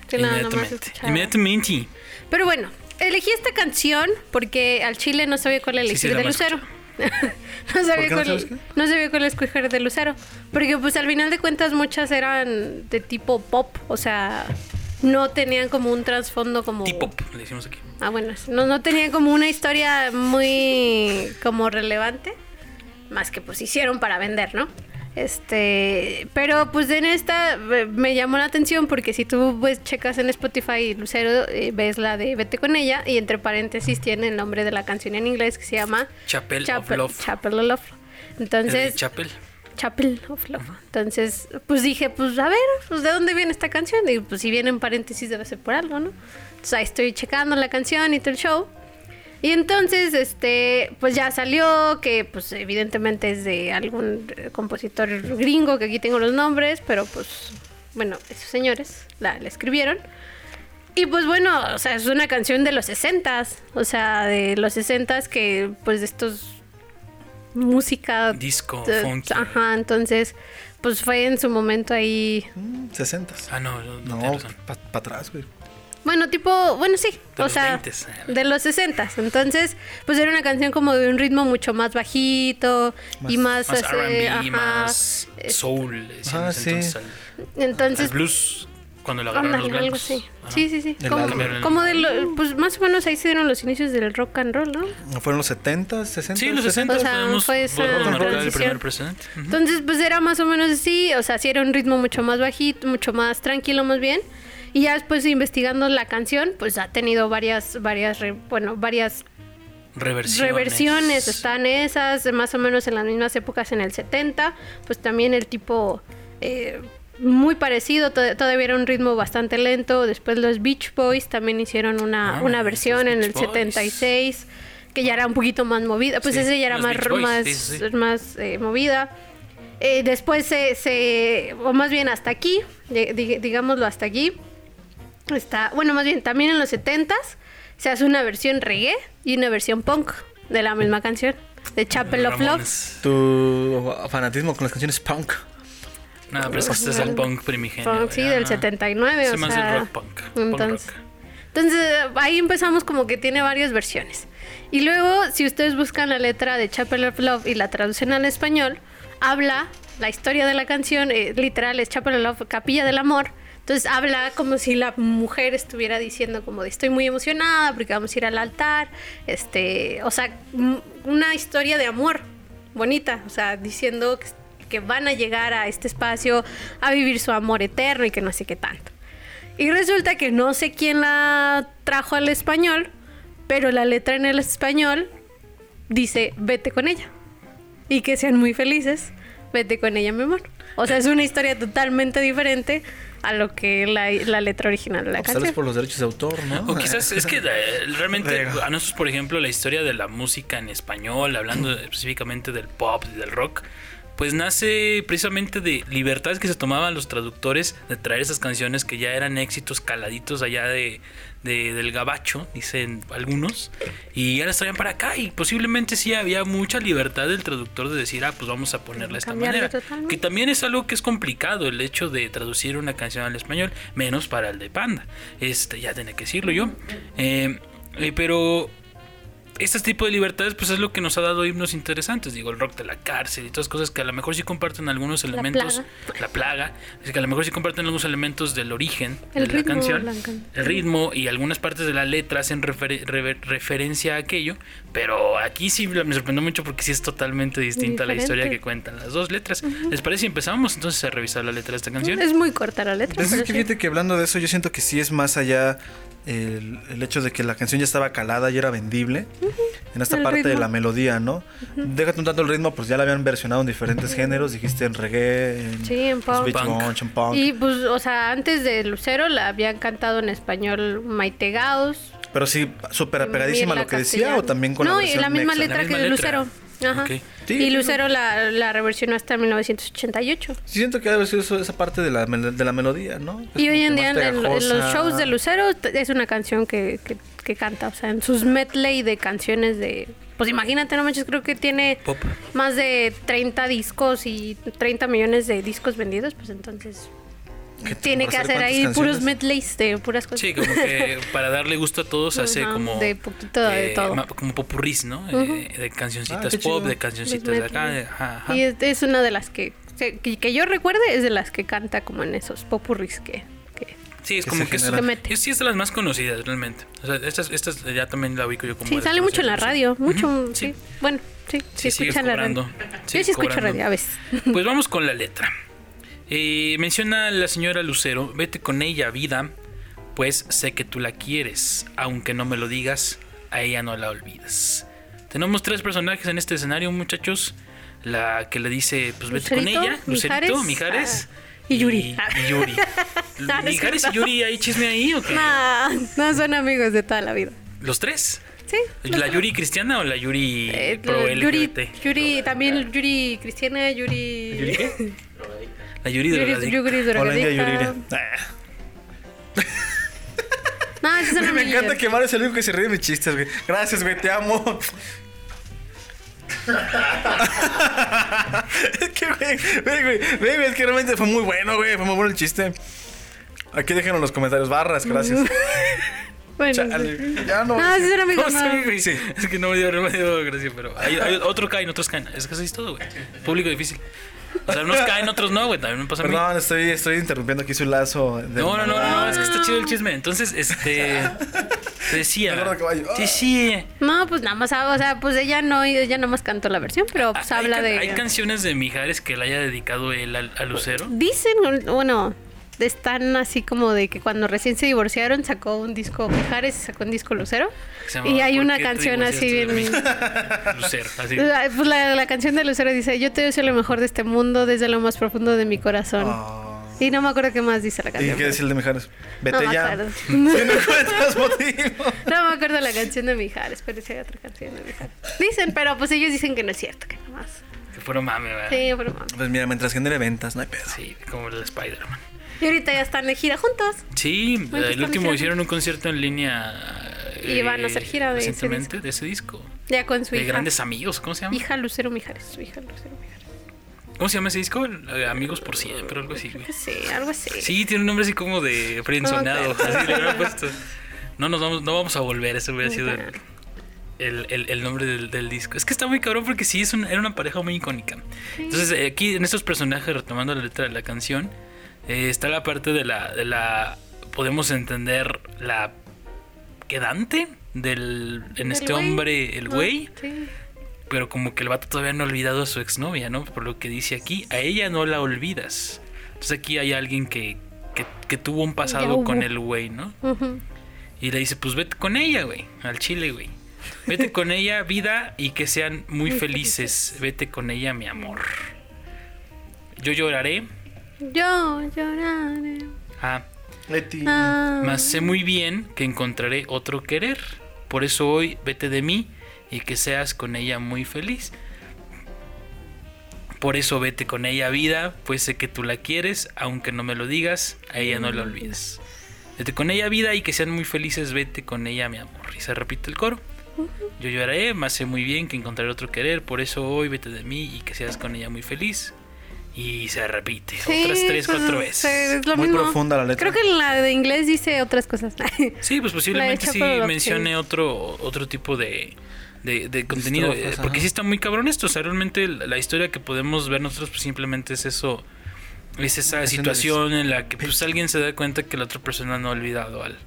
S2: Que la- la más
S3: Inmediatamente.
S2: escuchada.
S3: Inmediatamente.
S2: Pero bueno, elegí esta canción porque al chile no sabía cuál elegir
S3: sí, la
S2: de
S3: más
S2: Lucero. no, sabía
S1: qué no
S2: cuál,
S1: sabes qué?
S2: no sabía cuál escoger de Lucero. Porque pues al final de cuentas muchas eran de tipo pop, o sea, no tenían como un trasfondo como...
S3: T-pop, le decimos aquí.
S2: Ah, bueno, no, no tenían como una historia muy como relevante, más que pues hicieron para vender, ¿no? Este, pero pues en esta eh, me llamó la atención porque si tú pues checas en Spotify Lucero, eh, ves la de Vete con ella y entre paréntesis tiene el nombre de la canción en inglés que se llama
S3: Chapel of Love.
S2: Chapel of Love. Entonces,
S3: El Chapel.
S2: Chapel of Love. Entonces, pues dije, pues a ver, pues de dónde viene esta canción. Y pues si viene en paréntesis debe ser por algo, ¿no? Entonces ahí estoy checando la canción y todo el show. Y entonces, este, pues ya salió, que pues evidentemente es de algún eh, compositor gringo, que aquí tengo los nombres, pero pues, bueno, esos señores la, la escribieron. Y pues bueno, o sea, es una canción de los 60s, o sea, de los 60s que pues de estos música
S3: Disco,
S2: eh,
S3: funky.
S2: Ajá, entonces, pues fue en su momento ahí.
S1: Mm, 60.
S3: Ah, no, no, no,
S1: No,
S3: tienes razón.
S1: para atrás, güey.
S2: Bueno, tipo, bueno, sí,
S3: De
S2: o
S3: los eh.
S2: sea,
S3: 20s.
S2: de los 60 Entonces, pues era una canción como de un ritmo mucho más bajito y más.
S3: Más
S2: así,
S3: R&B,
S2: eh, ajá.
S3: más soul. le decíamos
S1: Ah, sí.
S3: entonces al-
S2: Entonces,
S3: al blues, cuando lo agarraron los
S2: ándale, algo
S3: blancos.
S2: así.
S3: Ajá.
S2: Sí, sí, sí.
S1: El
S2: Como,
S1: álbum.
S2: como de lo- pues más o menos ahí se dieron los inicios del rock and roll, ¿no?
S1: ¿Fueron los 70, 60?
S3: Sí, los
S1: 60.
S3: 60
S2: O sea,
S3: podemos,
S2: fue esa
S3: podemos marcar el
S2: transición.
S3: primer precedente. Ujú.
S2: Entonces, pues era más o menos así, o sea, sí era un ritmo mucho más bajito, mucho más tranquilo más bien. Y ya después investigando la canción, pues ha tenido varias, varias, re- bueno, varias
S3: Reversiones.
S2: reversiones, están esas, más o menos en las mismas épocas en el 70, pues también el tipo eh, muy parecido, to- todavía era un ritmo bastante lento, después los Beach Boys también hicieron una,
S3: Ah,
S2: una
S3: los
S2: versión en
S3: Beach
S2: el
S3: Boys.
S2: 76, que ya era un poquito más movida, pues
S3: Sí,
S2: ese ya era
S3: los
S2: más,
S3: Beach Boys,
S2: más,
S3: sí, sí, sí.
S2: más eh, movida. Eh, después se, se, o más bien hasta aquí, de- di- digámoslo hasta aquí, está, bueno, más bien también en los 70s se hace una versión reggae y una versión punk de la misma canción, de Chapel of Love.
S3: Ramones.
S1: Tu fanatismo con las canciones punk.
S3: Nada, pero es que este es el punk primigenio.
S2: Punk,
S3: güey.
S2: sí, del
S3: Ah.
S2: 79,
S3: Se
S2: o
S3: me hace
S2: sea,
S3: rock punk. punk
S2: entonces-
S3: rock.
S2: Entonces ahí empezamos como que tiene varias versiones. Y luego, si ustedes buscan la letra de Chapel of Love y la traducen al español, habla la historia de la canción, eh, literal es Chapel of Love, Capilla del Amor. Entonces habla como si la mujer estuviera diciendo como de estoy muy emocionada porque vamos a ir al altar, este, o sea, m- una historia de amor bonita, o sea, diciendo que, que van a llegar a este espacio a vivir su amor eterno y que no sé qué tanto. Y resulta que no sé quién la trajo al español, pero la letra en el español dice vete con ella. Y que sean muy felices, vete con ella, mi amor. O sea, es una historia totalmente diferente a lo que la, la letra original de la
S1: Pues, tal vez
S2: canción.
S1: por los derechos de autor, ¿no?
S3: O quizás es que eh, realmente
S1: Rega.
S3: a nosotros, por ejemplo, la historia de la música en español, hablando específicamente del pop y del rock, pues nace precisamente de libertades que se tomaban los traductores de traer esas canciones que ya eran éxitos caladitos allá de, de- del gabacho, dicen algunos, y ya las traían para acá y posiblemente sí había mucha libertad del traductor de decir, ah, pues vamos a ponerla de esta
S2: Cambiarle
S3: manera.
S2: totalmente.
S3: Que también es algo que es complicado el hecho de traducir una canción al español, menos para el de Panda. Este, ya tenía que decirlo yo. Eh, eh, pero este tipo de libertades, pues es lo que nos ha dado himnos interesantes. Digo, el rock de la cárcel y todas cosas que a lo mejor sí comparten algunos elementos. La plaga. es que a lo mejor sí comparten algunos elementos del origen
S2: El
S3: de la
S2: ritmo,
S3: canción.
S2: la can-
S3: El ritmo y algunas partes de la letra hacen refer- rever- referencia a aquello. Pero aquí sí me sorprendió mucho porque sí es totalmente distinta la
S2: Diferente.
S3: historia que cuentan las dos letras. ¿Les parece si empezamos entonces a revisar la letra de esta canción?
S2: Es muy corta la letra.
S1: Es
S2: pero
S1: que
S2: sí.
S1: fíjate que hablando de eso, yo siento que sí es más allá el, el hecho de que la canción ya estaba calada y era vendible en esta
S2: El
S1: parte de
S2: ritmo.
S1: la melodía, ¿no? Déjate un tanto el ritmo, pues ya la habían versionado en diferentes géneros, dijiste en reggae, en,
S2: Sí, en pop.
S1: Beach
S3: Punk.
S1: Bunch, en punk.
S2: Y pues, o sea, antes de Lucero la habían cantado en español Maite Gaos.
S1: Pero sí, súper apegadísima a
S2: Mirla
S1: lo que decía
S2: Castellano.
S1: o también con
S2: no,
S1: la
S2: y
S1: versión
S2: la misma
S1: mexa?
S2: letra
S3: La misma
S2: que de
S3: letra.
S2: Lucero. Ajá.
S3: Ok.
S1: Sí,
S2: y
S1: sí,
S2: Lucero la, la reversionó hasta 1988.
S1: Sí, siento que debe ser eso- esa parte de la, mel- de la melodía, ¿no? Es
S2: y
S1: como
S2: hoy
S1: que
S2: en
S1: más
S2: día en, en los
S1: pegajosa.
S2: shows de Lucero t- es una canción que, que- que canta, o sea, en sus medley de canciones de... Pues imagínate, no manches, creo que tiene
S3: Pop.
S2: más de 30 discos y 30 millones de discos vendidos, pues entonces
S1: ¿Qué
S2: tiene que
S1: para
S2: hacer
S1: cuántas
S2: ahí puros
S1: canciones?
S2: medleys de puras cosas.
S3: Sí, como que para darle gusto a todos hace
S2: Ajá,
S3: como... eh,
S2: de poquito de todo.
S3: ma- Como popurrís, ¿no? Eh, de
S1: Ah,
S3: cancioncitas
S1: qué chido.
S3: pop, de cancioncitas de acá. de- ajá, ajá.
S2: Y es, es una de las que, que, que yo recuerde, es de las que canta como en esos popurris que... que-
S3: Sí, es
S1: que
S3: como
S1: se
S3: que es,
S1: generan.
S2: Que mete.
S3: es- sí es de las más conocidas realmente. O sea, estas, estas ya también la ubico yo como.
S2: sí,
S3: de
S2: sale mucho en la
S3: conocidas.
S2: radio, mucho,
S3: Ujú,
S2: sí. Bueno, sí, sí,
S3: Sí, sigues
S2: escucha la radio.
S3: cobrando,
S2: yo
S3: sigues
S2: sí escucho
S3: cobrando.
S2: radio a veces.
S3: Pues vamos con la letra. Eh, menciona a la señora Lucero, vete con ella, vida, pues sé que tú la quieres, aunque no me lo digas, a ella no la olvidas. Tenemos tres personajes en este escenario, muchachos. La que le dice, pues vete
S2: Lucerito,
S3: con ella,
S2: Mijares,
S3: Lucerito, Mijares.
S2: ah, y Yuri.
S3: Y, Yuri.
S2: Ah, no es
S3: ¿Mijares y
S2: cierto.
S3: Yuri hay chisme ahí o qué?
S2: No, no son amigos de toda la vida.
S3: ¿Los tres?
S2: Sí.
S3: ¿La Yuri cristiana o la Yuri
S2: Eh,
S3: pro
S2: Yuri,
S3: LGBT?
S2: Yuri, también Yuri Cristiana, Yuri...
S3: ¿Yuri qué? La Yuri
S2: Yuri,
S3: drogadicta.
S2: Yuri
S1: Holandia y
S2: drogadicta.
S1: Yuriria. Ah.
S2: No, esos son
S1: Güey, me encanta
S2: amigos.
S1: que Mario es el único que se ríe de mis chistes, güey. Gracias, güey, te amo. es que, güey, güey, güey, güey, güey, es que realmente fue muy bueno, güey. Fue muy bueno el chiste. Aquí déjenos en los comentarios. Barras, gracias.
S2: Bueno,
S1: Chale, ya no.
S2: No, esos son
S3: No
S2: amigos.
S3: sé,
S2: no.
S3: güey.
S1: Sí.
S3: Es que no me dio, no me dio gracia, pero hay, hay otros caen, otros caen. Es que así es todo, güey. Público difícil. O sea, unos caen, otros no, güey. También me pasa a mí.
S1: Perdón, estoy, estoy interrumpiendo aquí su lazo. de
S3: No, no, no, no,
S1: humanidad.
S3: es que está chido el chisme. Entonces, este. Te decía.
S1: Me agarro el caballo.
S3: Sí, sí.
S2: No, pues nada más, o sea, pues ella no, ella nada más cantó la versión, pero pues
S3: Hay
S2: habla
S3: can-
S2: de...
S3: Hay canciones de Mijares que le haya dedicado él al- a, Lucero.
S2: Dicen, bueno, están así como de que cuando recién se divorciaron sacó un disco Mijares y sacó un disco Lucero.
S3: que se llamaba
S2: Y hay
S3: ¿Por
S2: una
S3: qué te
S2: canción así bien...
S3: divorciaste de mí? Lucero, así.
S2: La- Pues la, la canción de Lucero dice, yo te deseo lo mejor de este mundo desde lo más profundo de mi corazón.
S1: Ah.
S2: Y no me acuerdo qué más dice la
S1: ¿Y
S2: canción.
S1: qué decir el de Mijares? Vete
S2: No me
S1: ya.
S2: acuerdo.
S1: Si no encuentras motivo.
S2: No me acuerdo la canción de Mijares, pero sí hay otra canción de Mijares. Dicen, pero pues ellos dicen que no es cierto, que nada más.
S3: Que fueron mame, ¿verdad?
S2: Sí, pero mami.
S1: Pues mira, mientras genere ventas, no hay pedo.
S3: Sí, como el Spider-Man.
S2: Y ahorita ya están de gira juntos.
S3: Sí,
S2: Bueno,
S3: el
S2: pues,
S3: último
S2: hicieron-
S3: hicieron un concierto en línea. eh,
S2: Y van a hacer gira de ese
S3: recientemente, de ese disco.
S2: Ya con su
S3: De
S2: hija.
S3: grandes amigos, ¿cómo se llama?
S2: Hija Lucero Mijares, su hija Lucero Mijares.
S3: ¿Cómo se llama ese disco? El- eh, Amigos por siempre, algo así, güey.
S2: Creo que sí, algo así.
S3: Sí, tiene un nombre así como de friendzonado. así le habían puesto. No nos vamos, no vamos a volver, ese hubiera sido el, el- el- el nombre del, del disco. Es que está muy cabrón porque sí, es un- era una pareja muy icónica. Entonces, eh, aquí en estos personajes, retomando la letra de la canción, eh, está la parte de la, de la. Podemos entender la quedante del. En
S2: El
S3: este
S2: güey.
S3: hombre, el
S2: Ah,
S3: güey.
S2: Sí.
S3: Pero como que el vato todavía no ha olvidado a su exnovia, ¿no? Por lo que dice aquí, a ella no la olvidas. Entonces aquí hay alguien que que, que tuvo un
S2: Ya
S3: pasado
S2: hubo.
S3: con el güey, ¿no?
S2: Ujú.
S3: Y le dice, pues vete con ella, güey, al chile, güey. Vete con ella, vida, y que sean muy felices. Vete con ella, mi amor. Yo lloraré.
S2: Yo lloraré.
S3: Ah,
S1: Leti.
S2: Ah.
S3: mas sé muy bien que encontraré otro querer. Por eso hoy vete de mí y que seas con ella muy feliz. Por eso vete con ella vida, pues sé que tú la quieres, aunque no me lo digas, a ella no la olvides. Vete con ella vida y que sean muy felices, vete con ella mi amor. Y se repite el coro. Yo lloraré, mas sé muy bien que encontraré otro querer, por eso hoy vete de mí y que seas con ella muy feliz. Y se repite
S2: Sí,
S3: otras tres,
S2: pues,
S3: cuatro
S2: o sea,
S3: veces.
S2: es lo
S1: Muy
S2: mismo.
S1: profunda la letra.
S2: Creo que en la de inglés dice otras cosas.
S3: Sí, pues posiblemente
S2: La de
S3: sí
S2: Chapo Rock,
S3: mencione
S2: sí.
S3: otro, otro tipo de, de, de contenido.
S1: Estrofas,
S3: eh,
S1: ajá.
S3: porque sí está muy cabrón esto. O sea, realmente la la historia que podemos ver nosotros pues, simplemente es eso. Es esa
S1: Es una
S3: situación en la que pues alguien se da cuenta que la otra persona no ha olvidado al,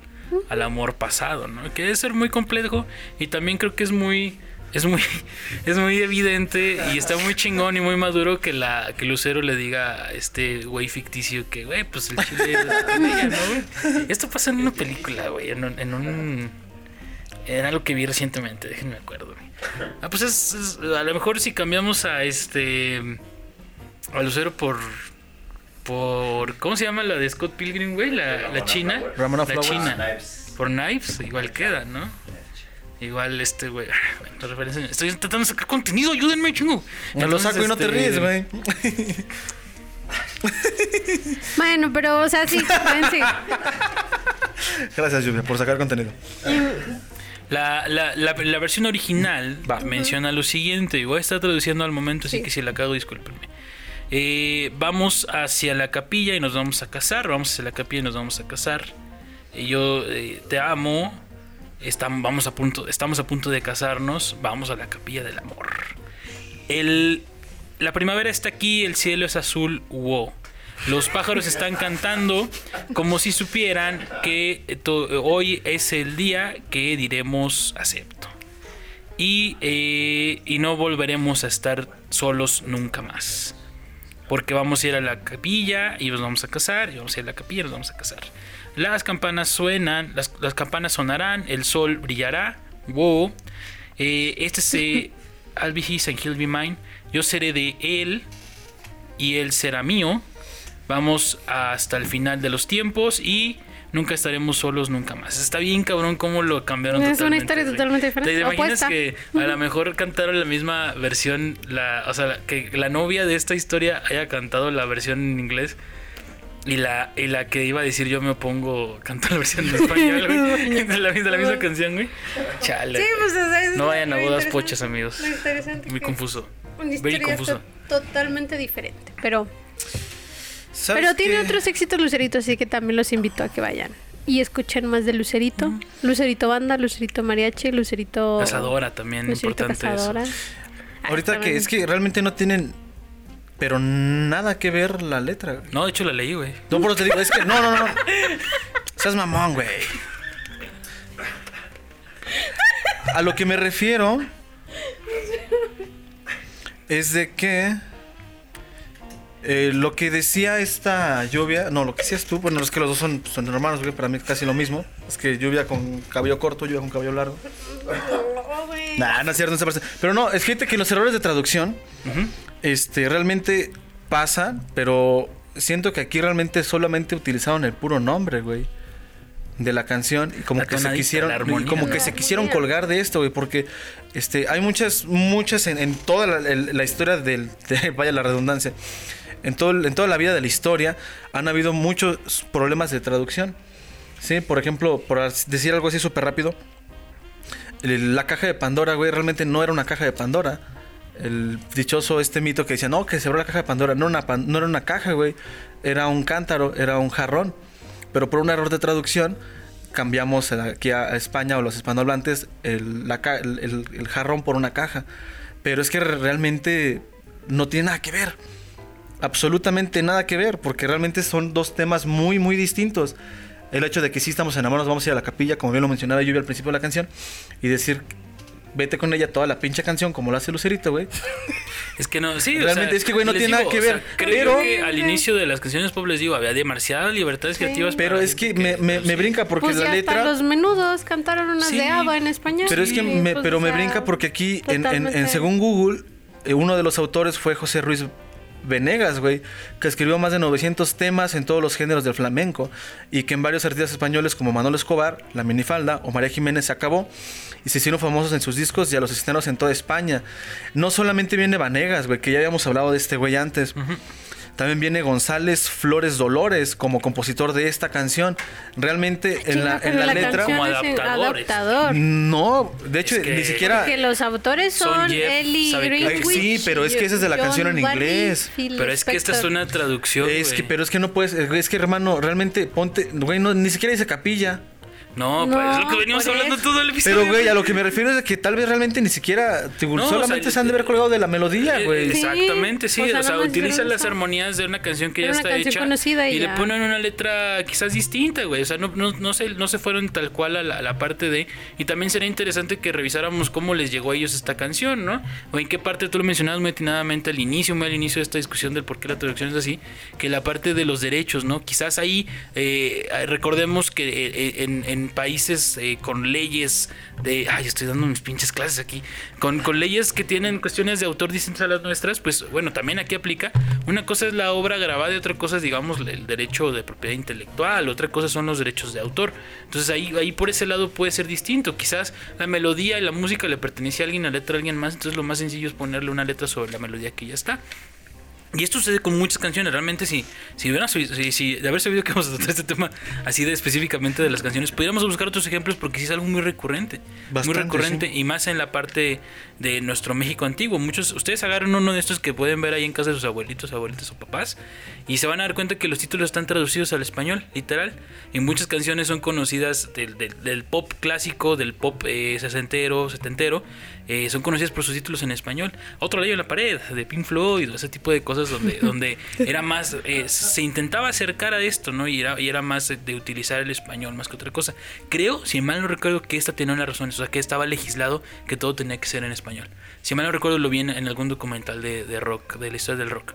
S3: al amor pasado, ¿no? Que debe ser muy complejo y también creo que es muy... Es muy, es muy evidente y está muy chingón y muy maduro que la que Lucero le diga a este güey ficticio que, güey, pues el chile... es con ella, ¿no, güey? Esto pasa en una película, güey, en un- en un era algo que vi recientemente, déjenme acuerdo. güey. Ah, pues es, es- A lo mejor si cambiamos a este. A Lucero por. Por. ¿Cómo se llama la de Scott Pilgrim, güey? La, la china.
S1: Ramona
S3: la
S1: Flowers.
S3: china.
S4: Knives.
S3: Por Knives, igual queda, ¿no? Igual este, güey. bueno, referencia- Estoy tratando de sacar contenido, ayúdenme, chingo.
S1: Me lo
S3: Entonces,
S1: saco y no te
S3: este,
S1: ríes, güey.
S2: Bueno, pero, o sea, sí, pueden seguir.
S1: Gracias, Lluvia, por sacar contenido.
S3: La, la, la, la versión original menciona lo siguiente, y voy a estar traduciendo al momento, así
S2: Sí.
S3: que si la cago, discúlpenme. Eh, vamos hacia la capilla y nos vamos a casar, vamos hacia la capilla y nos vamos a casar. Y yo eh, te amo, Estam- vamos a punto, estamos a punto de casarnos, vamos a la capilla del amor. El, la primavera está aquí, el cielo es azul, wow. Los pájaros están cantando como si supieran que to- hoy es el día que diremos acepto. Y, eh, y no volveremos a estar solos nunca más. Porque vamos a ir a la capilla y nos vamos a casar. Y vamos a ir a la capilla y nos vamos a casar. Las campanas suenan, las, las campanas sonarán, el sol brillará. Wow. Eh, este se. I'll be his and he'll be mine. Yo seré de él y él será mío. Vamos hasta el final de los tiempos y nunca estaremos solos nunca más. Está bien cabrón cómo lo cambiaron
S2: Es una
S3: totalmente,
S2: historia
S3: güey.
S2: totalmente diferente,
S3: ¿Te imaginas
S2: opuesta.
S3: que a lo mejor cantaron la misma versión, la, o sea, la- que la novia de esta historia haya cantado la versión en inglés y la, y la que iba a decir yo me opongo cantó la versión en español, güey, de la, de la misma canción, güey? Chale.
S2: Sí,
S3: güey.
S2: pues, o sea, es
S3: no vayan a
S2: muy
S3: bodas
S2: interesante.
S3: pochas, amigos.
S2: Lo interesante
S3: Muy
S2: que-
S3: confuso.
S2: Una
S3: Very
S2: historia
S3: confuso.
S2: to- totalmente diferente. Pero,
S1: ¿Sabes
S2: pero tiene
S1: qué?
S2: otros éxitos Lucerito, así que también los invito a que vayan. Y escuchen más de Lucerito. Lucerito Banda, Lucerito Mariachi, Lucerito...
S3: Cazadora también,
S2: Lucerito
S3: importante
S2: Cazadora.
S3: eso.
S2: Ah,
S1: Ahorita que
S2: también.
S1: es que realmente no tienen, pero nada que ver la letra. güey.
S3: No, de hecho la leí, güey.
S1: No, pero te digo, es que no, no, no. no. Seas mamón, güey. A lo que me refiero es de que eh, lo que decía esta lluvia, no, lo que decías tú, bueno, es que los dos son, son hermanos, güey, para mí es casi lo mismo. Es que lluvia con cabello corto, lluvia con cabello largo.
S2: No, güey.
S1: Nah, no es cierto, no se parece. Pero no, es gente que los errores de traducción
S3: Ujú.
S1: este, realmente pasan, pero siento que aquí realmente solamente utilizaron el puro nombre, güey. De la canción y como
S3: La
S1: que se
S3: tonadita,
S1: quisieron
S3: la armonía,
S1: y como
S3: ¿no?
S1: que se
S2: La
S1: quisieron
S2: armonía.
S1: colgar de esto, güey, porque este hay muchas muchas en, en toda la, el- la historia del de- vaya la redundancia. En todo el- en toda la vida de la historia han habido muchos problemas de traducción. Sí, por ejemplo, por as- decir algo así súper rápido, el- la caja de Pandora, güey, realmente no era una caja de Pandora. El dichoso este mito que decía, no, que se abrió la caja de Pandora. No era una, pan- no era una caja, güey. Era un cántaro, era un jarrón. Pero por un error de traducción, cambiamos el- aquí a a España o los hispanohablantes el, la ca- el- el- el jarrón por una caja. Pero es que re- realmente no tiene nada que ver absolutamente nada que ver, porque realmente son dos temas muy, muy distintos. El hecho de que sí estamos enamorados, vamos a ir a la capilla, como bien lo mencionaba Lluvia al principio de la canción, y decir vete con ella toda la pinche canción como lo hace Lucerito, güey.
S3: Es que no, sí, o
S1: Realmente
S3: sea,
S1: es que, güey, no
S3: les
S1: tiene nada que ver,
S3: creo
S1: pero-
S3: que al inicio de las canciones pop les digo, había demasiadas libertades creativas.
S1: Pero
S3: para
S1: es que
S3: gente
S1: me, me- me brinca porque
S2: Pues
S1: la
S2: ya
S1: letra...
S2: hasta los menudos cantaron unas
S3: Sí.
S2: de ABBA en español.
S1: Pero es que
S2: Sí,
S1: me,
S2: pues,
S1: pero
S2: o
S1: me
S2: sea,
S1: brinca porque aquí, en, en- en
S2: totalmente.
S1: según Google, eh, uno de los autores fue José Ruiz Venegas, güey, que escribió más de 900 temas en todos los géneros del flamenco y que en varios artistas españoles como Manolo Escobar, La Minifalda o María Jiménez se acabó y se hicieron famosos en sus discos y a los estrenos en toda España. No solamente viene Vanegas, güey, que ya habíamos hablado de este güey antes. También viene González Flores Dolores como compositor de esta canción. Realmente en la,
S2: Chinga,
S1: en
S2: pero
S1: la, letra...
S2: canción
S3: Como
S2: es en-
S3: adaptadores.
S2: adaptador.
S1: No, de hecho,
S3: Es que-
S1: ni siquiera.
S2: Que los autores
S3: Son
S2: son,
S3: Jeff,
S2: Ellie
S3: sabe que-
S2: Greenwich.
S1: Sí, pero es que esa es de la
S2: John
S1: canción en
S2: Barry,
S1: inglés.
S2: Phil
S3: Pero es que esta es
S2: Spector.
S3: una traducción.
S1: Es que,
S3: güey.
S1: pero es que no puedes, es que hermano, realmente ponte, güey, no, ni siquiera dice capilla.
S3: No, pues es lo que
S2: No,
S3: venimos
S2: por
S3: hablando
S2: eso.
S3: todo el episodio.
S1: Pero, güey, a lo que me refiero es de que tal vez realmente ni siquiera, digo,
S3: No, o sea,
S1: solamente se han de
S3: el-
S1: haber colgado de la melodía,
S3: Eh,
S1: güey.
S2: Sí.
S3: Exactamente, sí.
S2: o
S3: O
S2: sea,
S3: sea,
S2: nada más
S3: utilizan
S2: hicieron
S3: las
S2: eso.
S3: armonías de una canción que
S2: Era
S3: ya
S2: una
S3: está
S2: canción
S3: hecha.
S2: conocida y
S3: le
S2: ya.
S3: ponen una letra quizás distinta, güey. O sea, no, no, no, se, no se fueron tal cual a la, a la parte de. Y también sería interesante que revisáramos cómo les llegó a ellos esta canción, ¿no? O en qué parte tú lo mencionabas muy atinadamente al inicio, muy al inicio de esta discusión del por qué la traducción es así, que la parte de los derechos, ¿no? Quizás ahí eh, recordemos que eh, eh, en, en países eh, con leyes de. Ay, estoy dando mis pinches clases aquí. Con, con leyes que tienen cuestiones de autor distintas a las nuestras, pues bueno, también aquí aplica. Una cosa es la obra grabada y otra cosa es, digamos, el derecho de propiedad intelectual, otra cosa son los derechos de autor. Entonces ahí, ahí por ese lado puede ser distinto. Quizás la melodía y la música le pertenece a alguien, la letra a alguien más, entonces lo más sencillo es ponerle una letra sobre la melodía que ya está. Y esto sucede con muchas canciones. Realmente, si, si hubieran sabido- si- si de haber sabido que vamos a tratar este tema así de específicamente de las canciones, pudiéramos buscar otros ejemplos porque sí es algo muy recurrente.
S1: Bastante,
S3: muy recurrente. Y más en la parte de nuestro México antiguo. Muchos, ustedes agarran uno de estos que pueden ver ahí en casa de sus abuelitos, abuelitas o papás. Y se van a dar cuenta que los títulos están traducidos al español, literal. Y muchas canciones son conocidas del, del- del pop clásico, del pop eh, sesentero, setentero. eh, son conocidas por sus títulos en español. Otro rayo en la pared, de Pink Floyd, o ese tipo de cosas donde, donde era más. eh, se intentaba acercar a esto, ¿no? Y era, y era más de utilizar el español más que otra cosa. Creo, si mal no recuerdo, que esta tenía una razón. O sea, que estaba legislado que todo tenía que ser en español. Si mal no recuerdo, lo vi en, en algún documental de, de rock, de la historia del rock.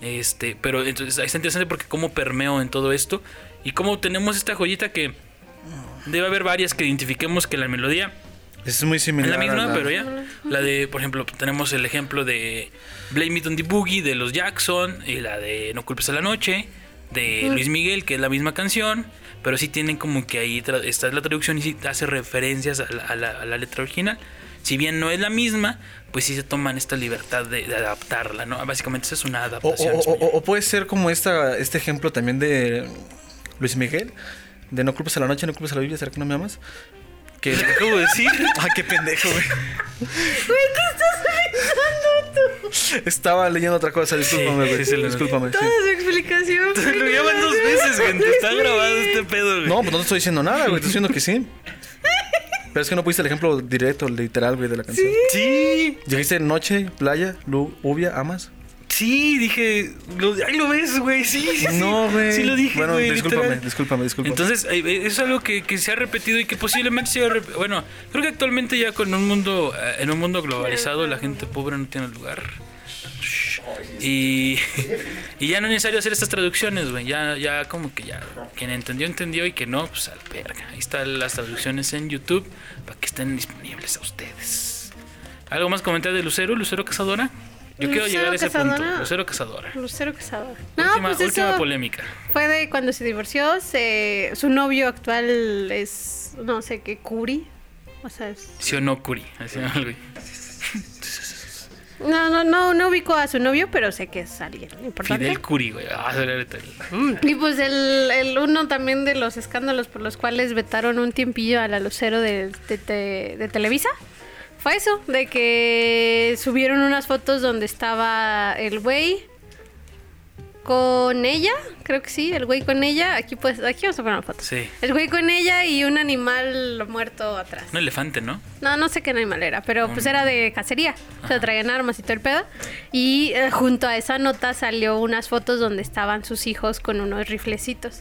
S3: Este, pero entonces está interesante porque cómo permeo en todo esto y cómo tenemos esta joyita que debe haber varias que identifiquemos que la melodía
S1: Es muy
S3: es
S1: similar.
S3: la
S1: a
S3: misma,
S1: la-
S3: pero ya la de, por ejemplo, tenemos el ejemplo de Blame It on the Boogie de los Jackson y la de No culpes a la noche de Luis Miguel, que es la misma canción, pero sí tienen como que ahí tra- está la traducción y sí hace referencias a la, a la- a la letra original. Si bien no es la misma, pues sí se toman esta libertad de, de adaptarla, ¿no? Básicamente esa es una
S1: O, o-
S3: adaptación.
S1: o-
S3: española.
S1: o- o puede ser como esta, este ejemplo también de Luis Miguel, de no culpes a la noche, no culpes a la Biblia, ¿será que no me amas? Que lo acabo de decir. ah, qué pendejo, güey. Estaba leyendo otra cosa, discúlpame,
S3: Sí,
S1: güey.
S3: sí, se lo-
S1: discúlpame. sí.
S2: Toda su explicación.
S3: Lo llaman dos veces, gente. Está grabado este pedo, güey.
S1: No, pues no te estoy diciendo nada, güey. Estoy diciendo que sí. Pero es que no pusiste el ejemplo directo, literal, güey, de la canción.
S3: Sí,
S1: Dijiste noche, playa, lu, uvia, amas.
S3: sí, dije. Lo, ahí lo ves, güey. Sí, sí, sí.
S1: No, güey.
S3: Sí lo dije,
S1: Bueno,
S3: güey.
S1: discúlpame,
S3: literal.
S1: discúlpame, discúlpame.
S3: Entonces, eh, eh, es algo que, que se ha repetido y que posiblemente se ha rep- Bueno, creo que actualmente ya con un mundo, eh, en un mundo globalizado, la gente pobre no tiene lugar. Y, y ya no es necesario hacer estas traducciones, güey. Ya, ya como que ya. Quien entendió, entendió. Y que no, pues al verga. Ahí están las traducciones en YouTube para que estén disponibles a ustedes. ¿Algo más comentar de Lucero? ¿Lucero Cazadora? Yo quiero
S2: Lucero
S3: llegar a ese punto.
S2: Cazadora.
S3: Lucero Cazadora.
S2: Lucero Quesada. No,
S3: última
S2: pues
S3: última
S2: eso
S3: polémica.
S2: fue de cuando se divorció. se- su novio actual es, no sé qué, Curi. O sea, es-
S3: Sionokuri. Así algo.
S2: No, no, no, no ubico a su novio, pero sé que es alguien importante.
S3: Fidel Curi, güey. Ah, se le- se le-
S2: Y pues el, el uno también de los escándalos por los cuales vetaron un tiempillo a la Lucero de, de- de- de Televisa. Fue eso, de que subieron unas fotos donde estaba el güey con ella, creo que sí, el güey con ella. Aquí pues, aquí vamos a poner una foto.
S3: Sí.
S2: El güey con ella y un animal muerto atrás.
S3: Un elefante, ¿no?
S2: No, no sé qué animal era, pero pues era de cacería. O sea,
S3: Ajá.
S2: traían armas y todo el pedo. Y eh, junto a esa nota salió unas fotos donde estaban sus hijos con unos riflecitos.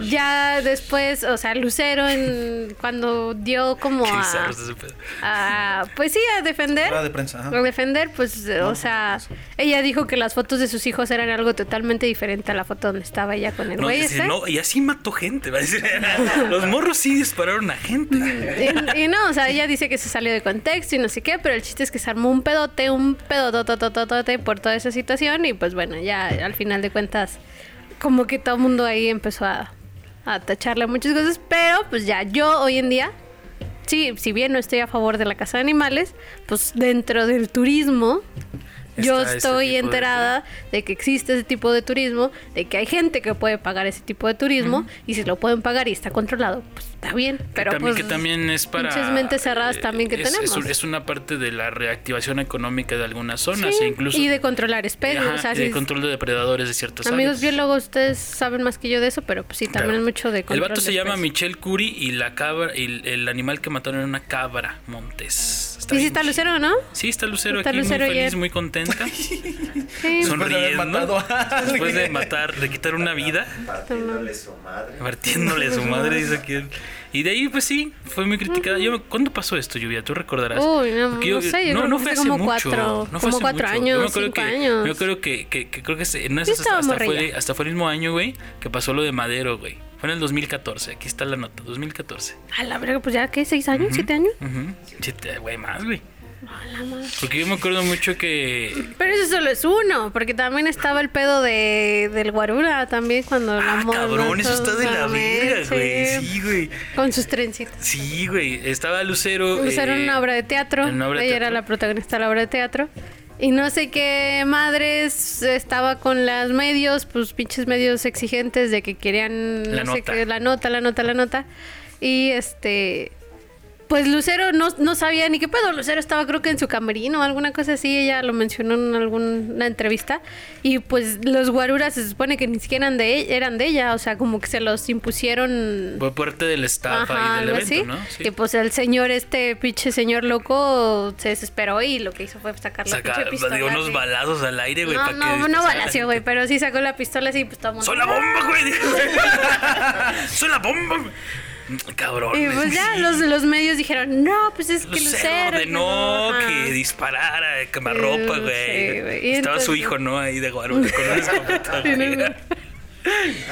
S2: Ya después, o sea, Lucero en, cuando dio como
S3: Qué
S2: a,
S3: bizarro está ese pedo.
S2: a- Pues sí, a defender.
S1: Rueda de prensa, ajá.
S2: A defender, pues, o sea, ella dijo que las fotos de sus hijos eran algo totalmente diferente a la foto donde estaba ella con el
S3: No,
S2: güey
S3: dice,
S2: ese.
S3: no, y así mató gente. va a decir. Los morros sí dispararon a
S2: Mm.
S3: gente.
S2: Y, y no, o sea, ella dice que se salió de contexto y no sé qué, pero el chiste es que se armó un pedote, un pedototototote por toda esa situación y pues bueno, ya al final de cuentas como que todo el mundo ahí empezó a, a tacharle muchas cosas, pero pues ya yo hoy en día, sí, si bien no estoy a favor de la casa de animales, pues dentro del turismo... Yo
S3: Está ese
S2: estoy
S3: tipo de-
S2: enterada de que existe ese tipo de turismo, de que hay gente que puede pagar ese tipo de turismo y si lo pueden pagar y está controlado, pues está bien. Pero
S3: también,
S2: pues,
S3: que también es para.
S2: pinches mentes cerradas
S3: eh,
S2: también que
S3: es- es
S2: tenemos.
S3: un- Es, una parte de la reactivación económica de algunas zonas,
S2: Sí,
S3: e incluso.
S2: y de controlar especies.
S3: Ajá,
S2: o sea,
S3: y de
S2: sí,
S3: control de depredadores de ciertas
S2: amigos
S3: áreas.
S2: biólogos, ustedes saben más que yo de eso, pero pues sí, también
S3: Claro.
S2: es mucho de
S3: El
S2: control.
S3: vato se
S2: de
S3: llama
S2: especies.
S3: Michelle Curie y la cabra, y el, el animal que mataron era una cabra montés.
S2: Y sí
S3: bien
S2: está
S3: chido.
S2: Lucero, ¿no?
S3: Sí, está Lucero
S2: Está
S3: aquí,
S2: Lucero
S3: muy
S2: ayer.
S3: feliz, muy contenta.
S2: Sí.
S1: Son- de haber
S3: sonriendo.
S1: matado a
S3: Después de
S1: alguien.
S3: matar, de quitar una vida,
S4: Partiéndole su madre.
S3: partiéndole a su madre, dice aquí. Y de ahí, pues sí, fue muy criticada. Yo, ¿Cuándo pasó esto, Lluvia? Tú recordarás.
S2: Uy, no,
S3: Porque
S2: no sé, yo creo que fue como cuatro-
S3: no fue
S2: como
S3: hace
S2: cuatro
S3: mucho.
S2: años,
S3: Yo me acuerdo
S2: cinco
S3: que-
S2: años.
S3: Yo creo que, que, que creo que se- no es
S2: Yo
S3: hasta,
S2: estaba
S3: hasta fue,
S2: morrilla.
S3: hasta fue el mismo año, güey, que pasó lo de Madero, güey. Fue en el 2014, aquí está la nota, 2014.
S2: A la verga, pues ya, ¿qué? ¿Seis años? ¿Siete años?
S3: Ujú. Siete, güey, más, güey. Porque yo me acuerdo mucho que...
S2: Pero eso solo es uno, porque también estaba el pedo de, del Guarura también cuando la
S3: Ah,
S2: mo-
S3: cabrón, eso está de la
S2: mames,
S3: verga, güey. Sí, güey.
S2: Con sus trencitos.
S3: Sí, güey. Estaba Lucero.
S2: Usaron
S3: eh,
S2: una obra de teatro.
S3: en una obra de
S2: Ella
S3: teatro.
S2: era la protagonista de la obra de teatro. Y no sé qué madres estaba con las medios, pues pinches medios exigentes de que querían
S3: La
S2: no sé
S3: nota.
S2: qué, la nota, la nota, la nota. Y este pues Lucero no, no sabía ni qué pedo. Lucero estaba creo que en su camerino o alguna cosa así. Ella lo mencionó en alguna entrevista. Y pues los guaruras se supone que ni siquiera eran de, e- eran de ella. O sea, como que se los impusieron
S3: Fue parte del staff
S2: Ajá,
S3: ahí del
S2: algo
S3: evento,
S2: así.
S3: ¿no? Sí.
S2: Y pues el señor, este pinche señor loco, se desesperó y lo que hizo fue sacar la
S3: Saca,
S2: pinche pistola.
S3: digo, unos
S2: así.
S3: balazos al aire, güey.
S2: no,
S3: para
S2: no,
S3: que
S2: no
S3: disparara.
S2: balació, güey, pero sí sacó la pistola así, pues todo el mundo,
S3: ¡Soy la bomba, güey! ¡Soy la bomba! güey! Cabrón.
S2: Y pues ya los, los medios dijeron, no, pues es que
S3: Lucero
S2: Lucero.
S3: ordenó
S2: ajá".
S3: que disparara de camarropa,
S2: Sí,
S3: güey.
S2: güey. Y
S3: Estaba su
S2: entonces-
S3: hijo, ¿no? Ahí de guarón con una escopeta,
S2: Sí, no,
S3: güey.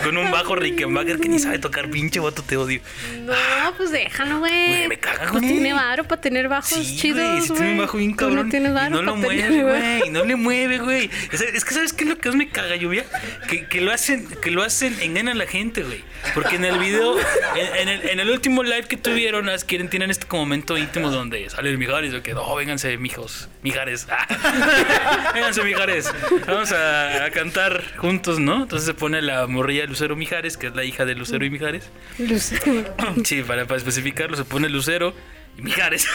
S3: Con un bajo Rickenbacker que ni sabe tocar, pinche vato, te odio.
S2: No, pues déjalo,
S3: Güey,
S2: güey.
S3: me caga,
S2: Pues
S3: güey.
S2: tiene varo para tener bajos
S3: Sí, güey,
S2: chidos,
S3: si
S2: güey.
S3: tiene un bajo bien
S2: Tú
S3: cabrón.
S2: no tienes
S3: y
S2: varo
S3: no lo
S2: para tener,
S3: mueve, güey. No le mueve, güey. O sea, es que ¿sabes qué es lo que más me caga, Lluvia? Que, que lo hacen, que lo hacen, engañan a la gente, güey. Porque en el video, en, en el, en el último live que tuvieron, las quieren, tienen este como momento íntimo donde sale el Mijares, o que, no, vénganse, mijos, mijares. Ah. vénganse, mijares. Vamos a, a cantar juntos, ¿no? Entonces se pone la morrilla de Lucero Mijares, que es la hija de Lucero y Mijares.
S2: Lucero.
S3: Sí, para, para especificarlo, se pone Lucero y Mijares.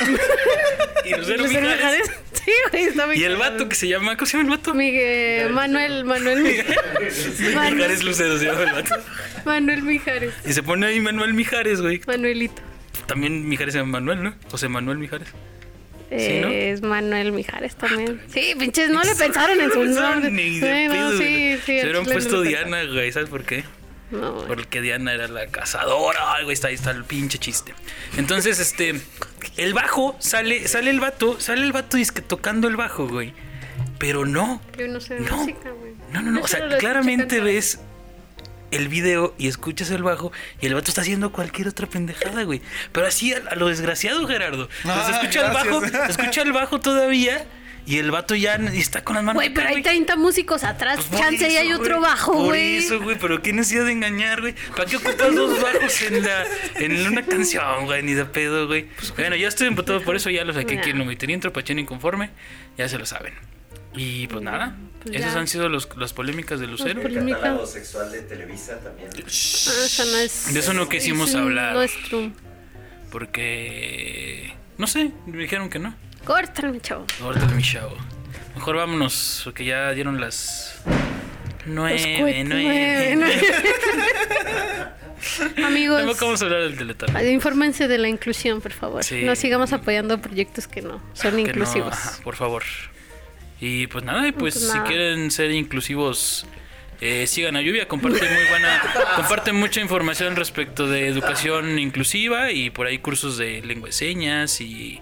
S3: y Lucero,
S2: Lucero
S3: Mijares.
S2: Mijares. Sí, güey, está bien
S3: Y el
S2: cabrón.
S3: vato que se llama, ¿cómo se llama el vato?
S2: Miguel, Manuel, Manuel,
S3: Mijares
S2: Manuel,
S3: Lucero se llama el vato.
S2: Manuel Mijares,
S3: Y se pone ahí Manuel Mijares, güey.
S2: Manuelito.
S3: También Mijares se llama Manuel, ¿no? José Manuel Mijares. Sí, ¿no? Ah,
S2: Es Manuel Mijares también. Sí, pinches, no le pensaron en
S3: No
S2: su
S3: pensaron
S2: nombre.
S3: Ni
S2: Sí,
S3: de
S2: no,
S3: pedo,
S2: sí,
S3: güey.
S2: sí,
S3: Se
S2: al
S3: hubieran
S2: chile no
S3: puesto
S2: lo
S3: Diana, güey. ¿Sabes por qué?
S2: pensaron. No, güey.
S3: Porque Diana era la cazadora. Ay, güey, está ahí está el pinche chiste. Entonces, este. El bajo, sale, sale el vato, sale el vato disque tocando el bajo, güey. Pero no.
S2: Yo no sé de
S3: No.
S2: música, güey.
S3: No, no, no. O
S2: Yo
S3: sea,
S2: solo lo
S3: claramente
S2: escuché
S3: ves el video y escuchas el bajo y el vato está haciendo cualquier otra pendejada, güey. Pero así a, a lo desgraciado, Gerardo. Entonces
S1: Ah,
S3: escucha el bajo,
S1: gracias.
S3: escucha el bajo todavía y el vato ya n- está con las
S2: cantar.
S3: manos.
S2: Güey, pero
S3: acá,
S2: hay 30 músicos atrás.
S3: Pues por
S2: Chance, y
S3: eso,
S2: hay
S3: güey.
S2: otro bajo,
S3: Por
S2: güey. Ah,
S3: eso, güey, pero qué necesidad de engañar, güey. ¿Para qué ocupas dos bajos en, la, en una canción, güey? Ni de pedo, güey.
S2: Pues,
S3: bueno, ya estoy emputado, por eso ya lo saqué aquí en
S2: Nah.
S3: Omitería, Tropachón Inconforme. Ya se lo saben. Y pues nada,
S2: Pues
S3: esas
S2: ya.
S3: han sido los- las polémicas de Lucero.
S2: Por
S4: El
S2: el micro.
S4: catálogo sexual de Televisa también.
S2: Ah, o sea, no es-
S3: De eso no quisimos
S2: es
S3: hablar.
S2: Nuestro.
S3: Porque. No sé, me dijeron que no.
S2: Córtame, chavo.
S3: Ahorita es mi chavo. Mejor vámonos, porque ya dieron las.
S2: Los
S3: Nueve,
S2: cuet-
S3: nueve.
S2: nueve. Amigos.
S3: Tampoco vamos a hablar del teletón.
S2: Ah, Infórmense de la inclusión, por favor.
S3: Sí.
S2: No sigamos apoyando proyectos que no son
S3: Ah, Que no,
S2: inclusivos.
S3: ajá, por favor. Y pues nada, y pues
S2: pues
S3: si
S2: nada.
S3: quieren ser inclusivos Eh, sigan a Lluvia, comparte muy buena, comparte mucha información respecto de educación inclusiva y por ahí cursos de lengua de señas y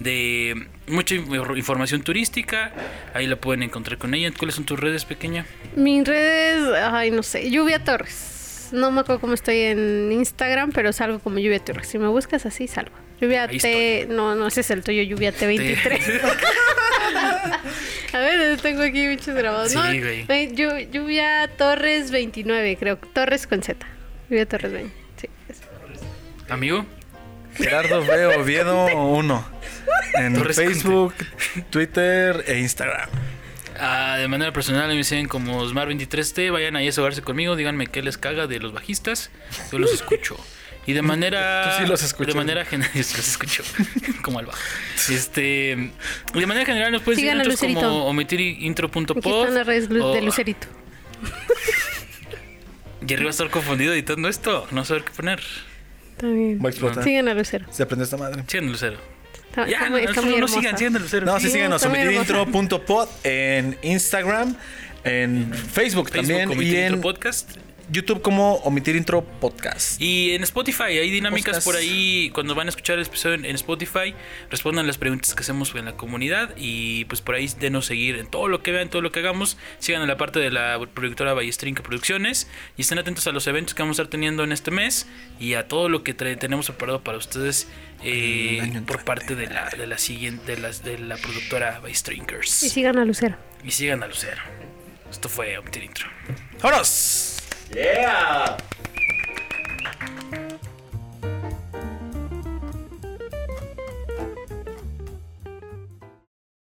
S3: de mucha infor- información turística. Ahí la pueden encontrar con ella. ¿Cuáles son tus redes, pequeña?
S2: Mis redes, ay, no sé, Lluvia Torres. No me acuerdo cómo estoy en Instagram, pero salgo como Lluvia Torres. Si me buscas así, salgo. Lluvia
S3: Ahí
S2: T, no, no, ese es el tuyo, Lluvia T23. A ver, tengo aquí muchos grabados.
S3: Sí,
S2: no,
S3: güey.
S2: eh, Llu- Lluvia Torres 29, creo. Torres con Z. Lluvia Torres 20. Sí, es-
S3: Amigo,
S1: Gerardo B. Oviedo 1. En
S3: Torres
S1: Facebook, Twitter e Instagram.
S3: ah, de manera personal me dicen como Smart23T, vayan ahí a sobarse conmigo, díganme qué les caga de los bajistas, yo los escucho. Y de manera.
S1: Tú sí los escuchas.
S3: De manera general. Yo sí los escucho. como al bajo. Este. y De manera general nos pueden seguir
S2: Sigan a
S3: nosotros como
S2: Lucerito.
S3: omitirintro.pod.
S2: Aquí están las redes
S3: o-
S2: de Lucerito.
S3: Jerry va a estar confundido editando esto. No saber qué poner.
S2: También.
S1: Va a explotar.
S2: Sigan a Lucero.
S1: Se aprendió esta madre.
S3: Sigan Lucero.
S2: Está,
S3: Ya,
S2: está muy,
S3: no,
S2: está
S3: no,
S2: muy
S3: no
S2: hermosa.
S3: sigan, sigan a Lucero.
S1: No,
S3: sí.
S1: sí, síganos.
S2: está muy
S1: Omitidintro.pod en Instagram, en Facebook,
S3: Facebook,
S1: también y
S3: Omitir Intro
S1: en
S3: Podcast.
S1: YouTube como Omitir Intro Podcast.
S3: Y en Spotify, hay dinámicas
S1: Podcast.
S3: por ahí. Cuando van a escuchar el episodio en, en Spotify, respondan las preguntas que hacemos en la comunidad. Y pues por ahí denos seguir en todo lo que vean, todo lo que hagamos. Sigan a la parte de la productora Ballestrinca Producciones. Y estén atentos a los eventos que vamos a estar teniendo en este mes. Y a todo lo que tra- tenemos preparado para ustedes eh,
S1: El año
S3: por
S1: entrante.
S3: parte de la, de la siguiente, de, las, de la productora
S2: Y
S3: Ballestringers.
S2: sigan a Lucero.
S3: Y sigan a Lucero. Esto fue Optin Intro.
S1: ¡Vámonos!
S4: ¡Yeah!